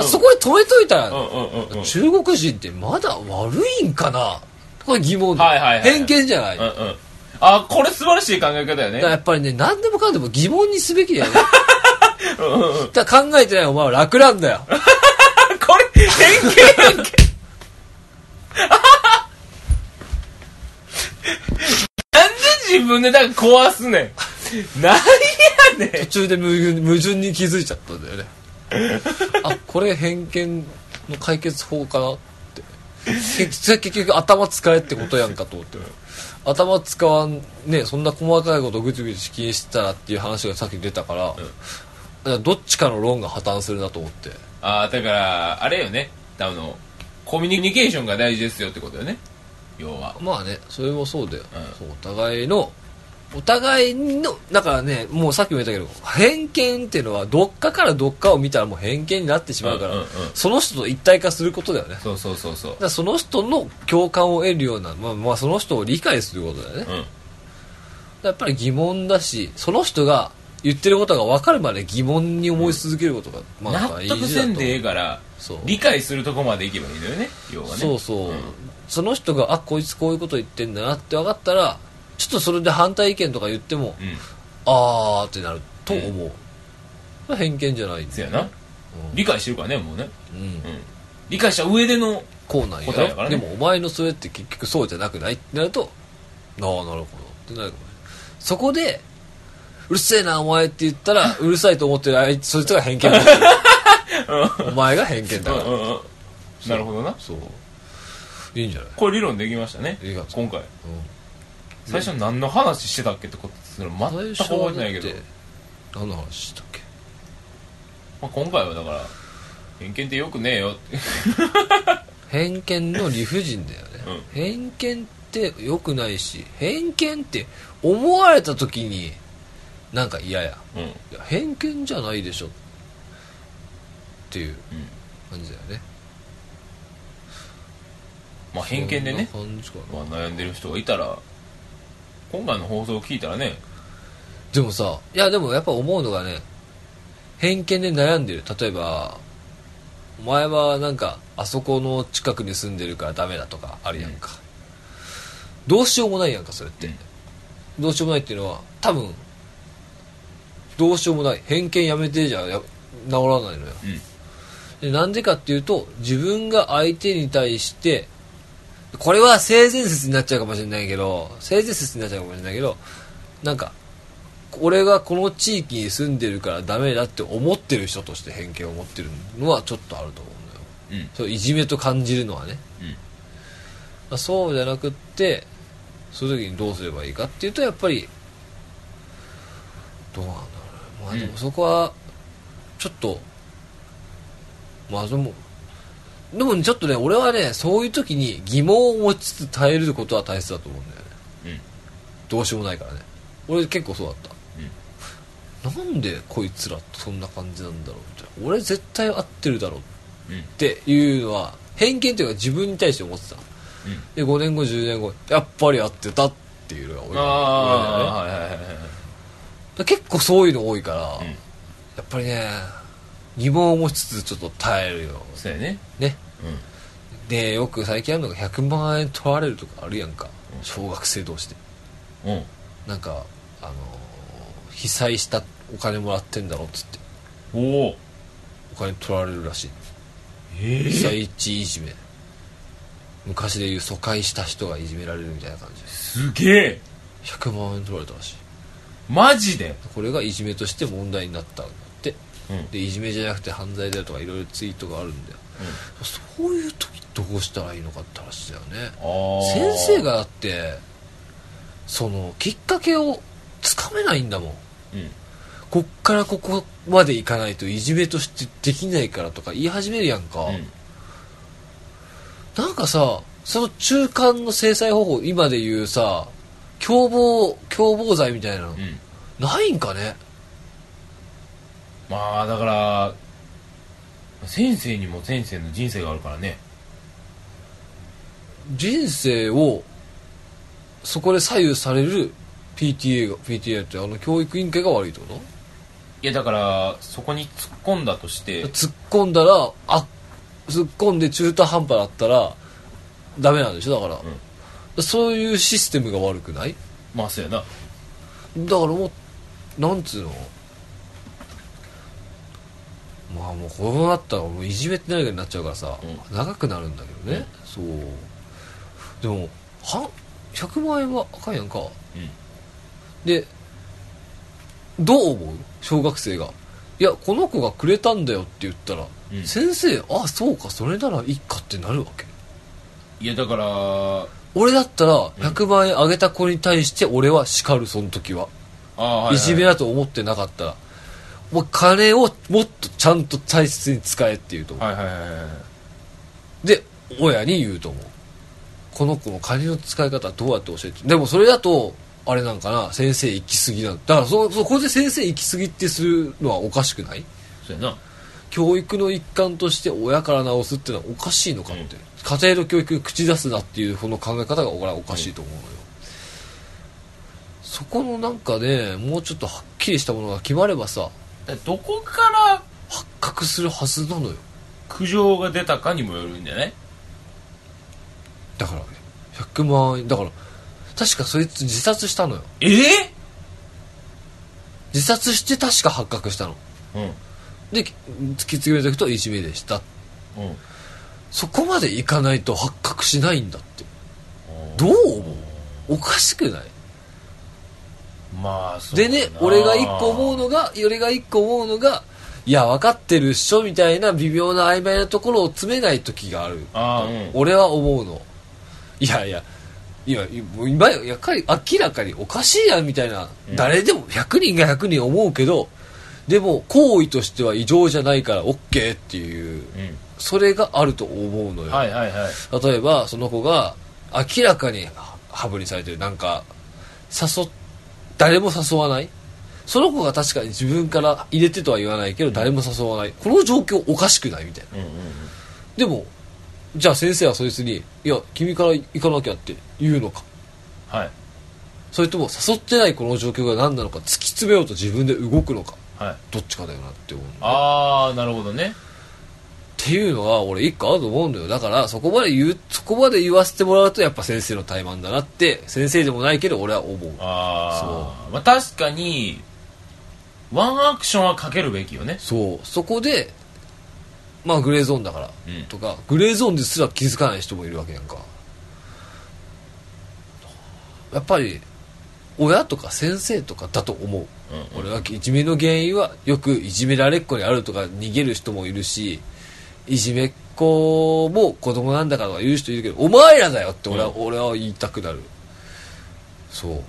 [SPEAKER 2] あそこで止めといたら、
[SPEAKER 1] うんうんうんうんうん
[SPEAKER 2] 中国人ってまだ悪いんかなこれ疑問だ、
[SPEAKER 1] はいはいはい
[SPEAKER 2] 偏見じゃない、
[SPEAKER 1] うん
[SPEAKER 2] だか
[SPEAKER 1] うんあこれ素晴らしい考え方やね
[SPEAKER 2] らやっぱりね何でもかんでも疑問にすべきだよね
[SPEAKER 1] うんうんうん
[SPEAKER 2] だから考えてないお前は楽なんだよ
[SPEAKER 1] これ偏見偏見なんで自分でだから壊すねんなんやね
[SPEAKER 2] 途中で矛盾矛盾に気づいちゃった んだよねあこれ偏見の解決法かなって 結局結局頭使えってことやんかと思って頭使わんねそんな細かいことぐちぐち気にしてたらっていう話がさっき出たから、だからどっちかの論が破綻するなと思って
[SPEAKER 1] んああだからあれよねあのコミュニケーションが大事ですよってことよね要は
[SPEAKER 2] まあねそれもそうだよ、
[SPEAKER 1] うん
[SPEAKER 2] そうお互いのお互いのだからねもうさっきも言ったけど偏見っていうのはどっかからどっかを見たらもう偏見になってしまうから、
[SPEAKER 1] うんうんうん
[SPEAKER 2] その人と一体化することだよねだか
[SPEAKER 1] そうそうそうそう
[SPEAKER 2] らその人の共感を得るような、まあ、まあその人を理解することだよね、だか
[SPEAKER 1] うん
[SPEAKER 2] らやっぱり疑問だしその人が言ってることが分かるまで疑問に思い続けることが、まあなんか
[SPEAKER 1] 納得せんでええから
[SPEAKER 2] そう
[SPEAKER 1] 理解するとこまでいけばいいのよね要はね
[SPEAKER 2] そうそう、その人があこいつこういうこと言ってんだなって分かったらちょっとそれで反対意見とか言っても、
[SPEAKER 1] うん
[SPEAKER 2] あーってなると思う、偏見じゃないん
[SPEAKER 1] そ
[SPEAKER 2] だ
[SPEAKER 1] や
[SPEAKER 2] よ
[SPEAKER 1] な
[SPEAKER 2] うん
[SPEAKER 1] 理解してるからねもうね
[SPEAKER 2] うん
[SPEAKER 1] うん理解した上での
[SPEAKER 2] こうなんや
[SPEAKER 1] 答えだからね
[SPEAKER 2] でもお前のそれって結局そうじゃなくないってなるとああなるほどってなるかもねそこでうるせえなお前って言っ たらうるさいと思ってるあいつそいつが偏見だお前が偏見だから
[SPEAKER 1] うんうんうんなるほどな
[SPEAKER 2] そういいんじゃない、
[SPEAKER 1] これ理論できましたね
[SPEAKER 2] いいかも
[SPEAKER 1] 今回
[SPEAKER 2] うん
[SPEAKER 1] 最初何の話してたっけってことする全
[SPEAKER 2] 最
[SPEAKER 1] く
[SPEAKER 2] 初
[SPEAKER 1] 覚えて
[SPEAKER 2] はだっ
[SPEAKER 1] ないけど
[SPEAKER 2] て、何の話したっけ
[SPEAKER 1] まあ、今回はだから偏見ってよくねえよって
[SPEAKER 2] 偏見の理不尽だよね、
[SPEAKER 1] うん
[SPEAKER 2] 偏見って良くないし偏見って思われた時になんか嫌や
[SPEAKER 1] うん
[SPEAKER 2] いや偏見じゃないでしょっていう感じだよね
[SPEAKER 1] まあ偏見でね、
[SPEAKER 2] そんな感じかな
[SPEAKER 1] まあ、悩んでる人がいたら今回の放送を聞いたらね
[SPEAKER 2] でもさいやでもやっぱ思うのがね偏見で悩んでる例えばお前はなんかあそこの近くに住んでるからダメだとかあるやんか、どうしようもないやんかそれって、
[SPEAKER 1] うん
[SPEAKER 2] どうしようもないっていうのは多分どうしようもない偏見やめてじゃや治らないのよ
[SPEAKER 1] うん
[SPEAKER 2] でなんでかっていうと自分が相手に対してこれは性善説になっちゃうかもしれないけど性善説になっちゃうかもしれないけどなんか俺がこの地域に住んでるからダメだって思ってる人として偏見を持ってるのはちょっとあると思うんだよ
[SPEAKER 1] うん
[SPEAKER 2] そういじめと感じるのはね、
[SPEAKER 1] うん
[SPEAKER 2] まあ、そうじゃなくってそういう時にどうすればいいかっていうとやっぱりどうなんだろうねまあ
[SPEAKER 1] うん
[SPEAKER 2] でもそこはちょっと、まあでもでもねちょっとね俺はねそういう時に疑問を持ちつつ耐えることは大切だと思うんだよね
[SPEAKER 1] うん
[SPEAKER 2] どうしようもないからね俺結構そうだったなんでこいつらってそんな感じなんだろうみたいな俺絶対合ってるだろう
[SPEAKER 1] うんうん
[SPEAKER 2] っていうのは偏見というか自分に対して思ってたで5年後10年後やっぱり合ってたっていうのが多い
[SPEAKER 1] ああ、
[SPEAKER 2] 俺のね
[SPEAKER 1] はいはいはいはい
[SPEAKER 2] だから結構そういうの多いから、
[SPEAKER 1] ん
[SPEAKER 2] やっぱりね疑問を持ちつつちょっと耐えるよ
[SPEAKER 1] そうやね
[SPEAKER 2] ね
[SPEAKER 1] うん
[SPEAKER 2] でよく最近あるのが100万円取られるとかあるやんか小学生同士で
[SPEAKER 1] うん
[SPEAKER 2] なんかあのー被災したお金もらってんだろっつって
[SPEAKER 1] おお
[SPEAKER 2] お金取られるらしい
[SPEAKER 1] え
[SPEAKER 2] 被災地いじめ昔でいう疎開した人がいじめられるみたいな感じです
[SPEAKER 1] すげえ
[SPEAKER 2] 100万円取られたらしい
[SPEAKER 1] マジで
[SPEAKER 2] これがいじめとして問題になったんだって、
[SPEAKER 1] うん
[SPEAKER 2] でいじめじゃなくて犯罪だとかいろいろツイートがあるんだよ、そういう時どうしたらいいのかって話だよね
[SPEAKER 1] ああ
[SPEAKER 2] 先生がだってそのきっかけをつかめないんだもん
[SPEAKER 1] うん
[SPEAKER 2] こっからここまでいかないといじめとしてできないからとか言い始めるやんか、
[SPEAKER 1] うん
[SPEAKER 2] なんかさその中間の制裁方法今で言うさ共謀共謀罪みたいなの、
[SPEAKER 1] うん
[SPEAKER 2] ないんかね
[SPEAKER 1] まあだから先生にも先生の人生があるからね
[SPEAKER 2] 人生をそこで左右される PTA が PTA ってあの教育委員会が悪いってこと
[SPEAKER 1] いやだからそこに突っ込んだとして
[SPEAKER 2] 突っ込んだらあ突っ込んで中途半端だったらダメなんでしょだから、そういうシステムが悪くない
[SPEAKER 1] まあそうやな
[SPEAKER 2] だからもうなんつうのまあもうこうなったらもういじめって何かになっちゃうからさ、
[SPEAKER 1] う
[SPEAKER 2] 長くなるんだけどね、そうでもは100万円はあかんやんか、
[SPEAKER 1] ん
[SPEAKER 2] でどう思う小学生がいやこの子がくれたんだよって言ったら、
[SPEAKER 1] うん
[SPEAKER 2] 先生あそうかそれならいいかってなるわけ
[SPEAKER 1] いやだから
[SPEAKER 2] 俺だったら100万円あげた子に対して俺は叱るその時は
[SPEAKER 1] ああ、はいはい
[SPEAKER 2] じめだと思ってなかったら、もう金をもっとちゃんと大切に使えって言うと思う。
[SPEAKER 1] はいはいはいはい
[SPEAKER 2] で、親に言うと思う。この子の金の使い方どうやって教えて。でもそれだと、あれなんかな、先生行き過ぎなの。だからそ、そこで先生行き過ぎってするのはおかしくない
[SPEAKER 1] そうやな
[SPEAKER 2] 教育の一環として親から直すってのはおかしいのかって、家庭の教育に口出すなっていうこの考え方が俺はおかしいと思うのよ、そこのなんかねもうちょっとはっきりしたものが決まればさ
[SPEAKER 1] だからどこから
[SPEAKER 2] 発覚するはずなのよ
[SPEAKER 1] 苦情が出たかにもよるんじゃない
[SPEAKER 2] だからね100万円だから確かそいつ自殺したのよ
[SPEAKER 1] ええ
[SPEAKER 2] 自殺して確か発覚したのでき突き詰めていくといじめでした
[SPEAKER 1] うんうん
[SPEAKER 2] そこまでいかないと発覚しないんだってどう思うおかしくない
[SPEAKER 1] まあそう
[SPEAKER 2] で
[SPEAKER 1] やな
[SPEAKER 2] ね俺が一個思うのが俺が一個思うのがいや分かってるっしょみたいな微妙な曖昧なところを詰めない時がある
[SPEAKER 1] ああうん
[SPEAKER 2] 俺は思うのいやいやいやもう今よやっぱり明らかにおかしいやんみたいな、
[SPEAKER 1] うん
[SPEAKER 2] 誰でも100人が100人思うけどでも行為としては異常じゃないから OK っていう
[SPEAKER 1] う
[SPEAKER 2] それがあると思うのよ、
[SPEAKER 1] んはいはいはい
[SPEAKER 2] 例えばその子が明らかにハブにされてるなんか誘っ誰も誘わないその子が確かに自分から入れてとは言わないけど誰も誘わないこの状況おかしくないみたいな
[SPEAKER 1] うんうんうん
[SPEAKER 2] でもじゃあ先生はそいつに「いや君から行かなきゃ」って言うのか
[SPEAKER 1] はい
[SPEAKER 2] それとも誘ってないこの状況が何なのか突き詰めようと自分で動くのか
[SPEAKER 1] はい
[SPEAKER 2] どっちかだよなって思うの
[SPEAKER 1] ああなるほどね
[SPEAKER 2] っていうのは俺一個あると思うんだよだからそこまで言うそこまで言わせてもらうとやっぱ先生の怠慢だなって先生でもないけど俺は思う
[SPEAKER 1] ああまあ確かにワンアクションはかけるべきよね
[SPEAKER 2] そうそこでまあグレーゾーンだから、
[SPEAKER 1] うん
[SPEAKER 2] とかグレーゾーンですら気づかない人もいるわけやんかやっぱり親とか先生とかだと思う
[SPEAKER 1] うん
[SPEAKER 2] 俺はいじめの原因はよくいじめられっ子にあるとか逃げる人もいるしいじめっ子も子供なんだからとか言う人いるけどお前らだよって俺は,、
[SPEAKER 1] う
[SPEAKER 2] 俺は言いたくなるそう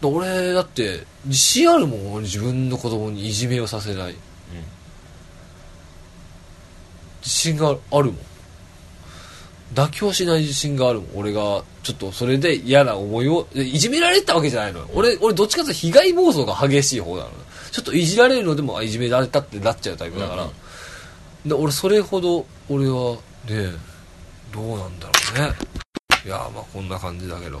[SPEAKER 2] だ俺だって自信あるもん俺自分の子供にいじめをさせない自信があるもん妥協しない自信があるもん俺がちょっとそれで嫌な思いをいやいじめられたわけじゃないのよ俺俺どっちかというと被害妄想が激しい方なのよちょっといじられるのでもあいじめられたってなっちゃうタイプだから、
[SPEAKER 1] うん
[SPEAKER 2] で俺それほど俺はねどうなんだろうねいやまあこんな感じだけど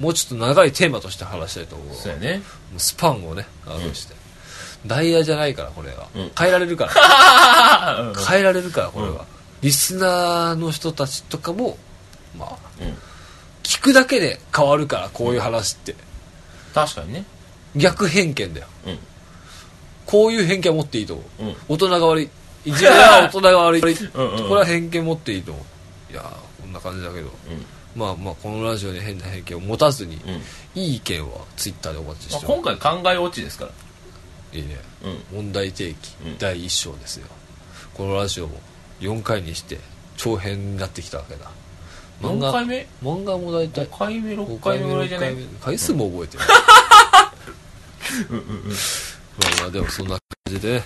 [SPEAKER 2] もうちょっと長いテーマとして話したいと思うわ
[SPEAKER 1] そうやね
[SPEAKER 2] もうスパンをねあのして、ダイヤじゃないからこれは、
[SPEAKER 1] うん
[SPEAKER 2] 変えられるから
[SPEAKER 1] あ あうん
[SPEAKER 2] 変えられるからこれは、
[SPEAKER 1] うん
[SPEAKER 2] リスナーの人たちとかもまあ
[SPEAKER 1] うん
[SPEAKER 2] 聞くだけで変わるからこういう話って、
[SPEAKER 1] 確かにね
[SPEAKER 2] 逆偏見だよ
[SPEAKER 1] う
[SPEAKER 2] こういう偏見は持っていいと思う、
[SPEAKER 1] んうん
[SPEAKER 2] 大人が悪いいじめは大人が悪い
[SPEAKER 1] んうん
[SPEAKER 2] これは偏見持っていいと思ういやーこんな感じだけど
[SPEAKER 1] うん
[SPEAKER 2] まあまあこのラジオに変な偏見を持たずに、
[SPEAKER 1] うん
[SPEAKER 2] いい意見はツイッターでお待ち
[SPEAKER 1] まあ
[SPEAKER 2] してま
[SPEAKER 1] 今回考え落ちですから
[SPEAKER 2] すいいね
[SPEAKER 1] うん
[SPEAKER 2] 問題提起
[SPEAKER 1] うん
[SPEAKER 2] 第1章ですよ、このラジオも4回にして長編になってきたわけだ漫
[SPEAKER 1] 4
[SPEAKER 2] 画
[SPEAKER 1] 回目
[SPEAKER 2] 漫画も大体
[SPEAKER 1] 5回目6回目ぐらいじゃない
[SPEAKER 2] 5回目回数も覚えてないまあまあでもそんな感じでね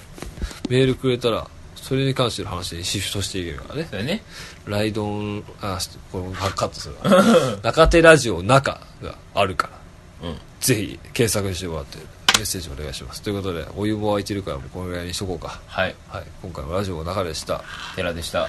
[SPEAKER 2] メールくれたらそれに関しての話にシフトしていけるからね
[SPEAKER 1] そうだね。
[SPEAKER 2] ライドンあしこれカットする わ中手ラジオ中があるから
[SPEAKER 1] うん。
[SPEAKER 2] ぜひ検索してもらってメッセージお願いしますということでお湯も空いてるからもうこのぐらいにしとこうか
[SPEAKER 1] はい。
[SPEAKER 2] はい今回もラジオの中でした
[SPEAKER 1] 寺でした。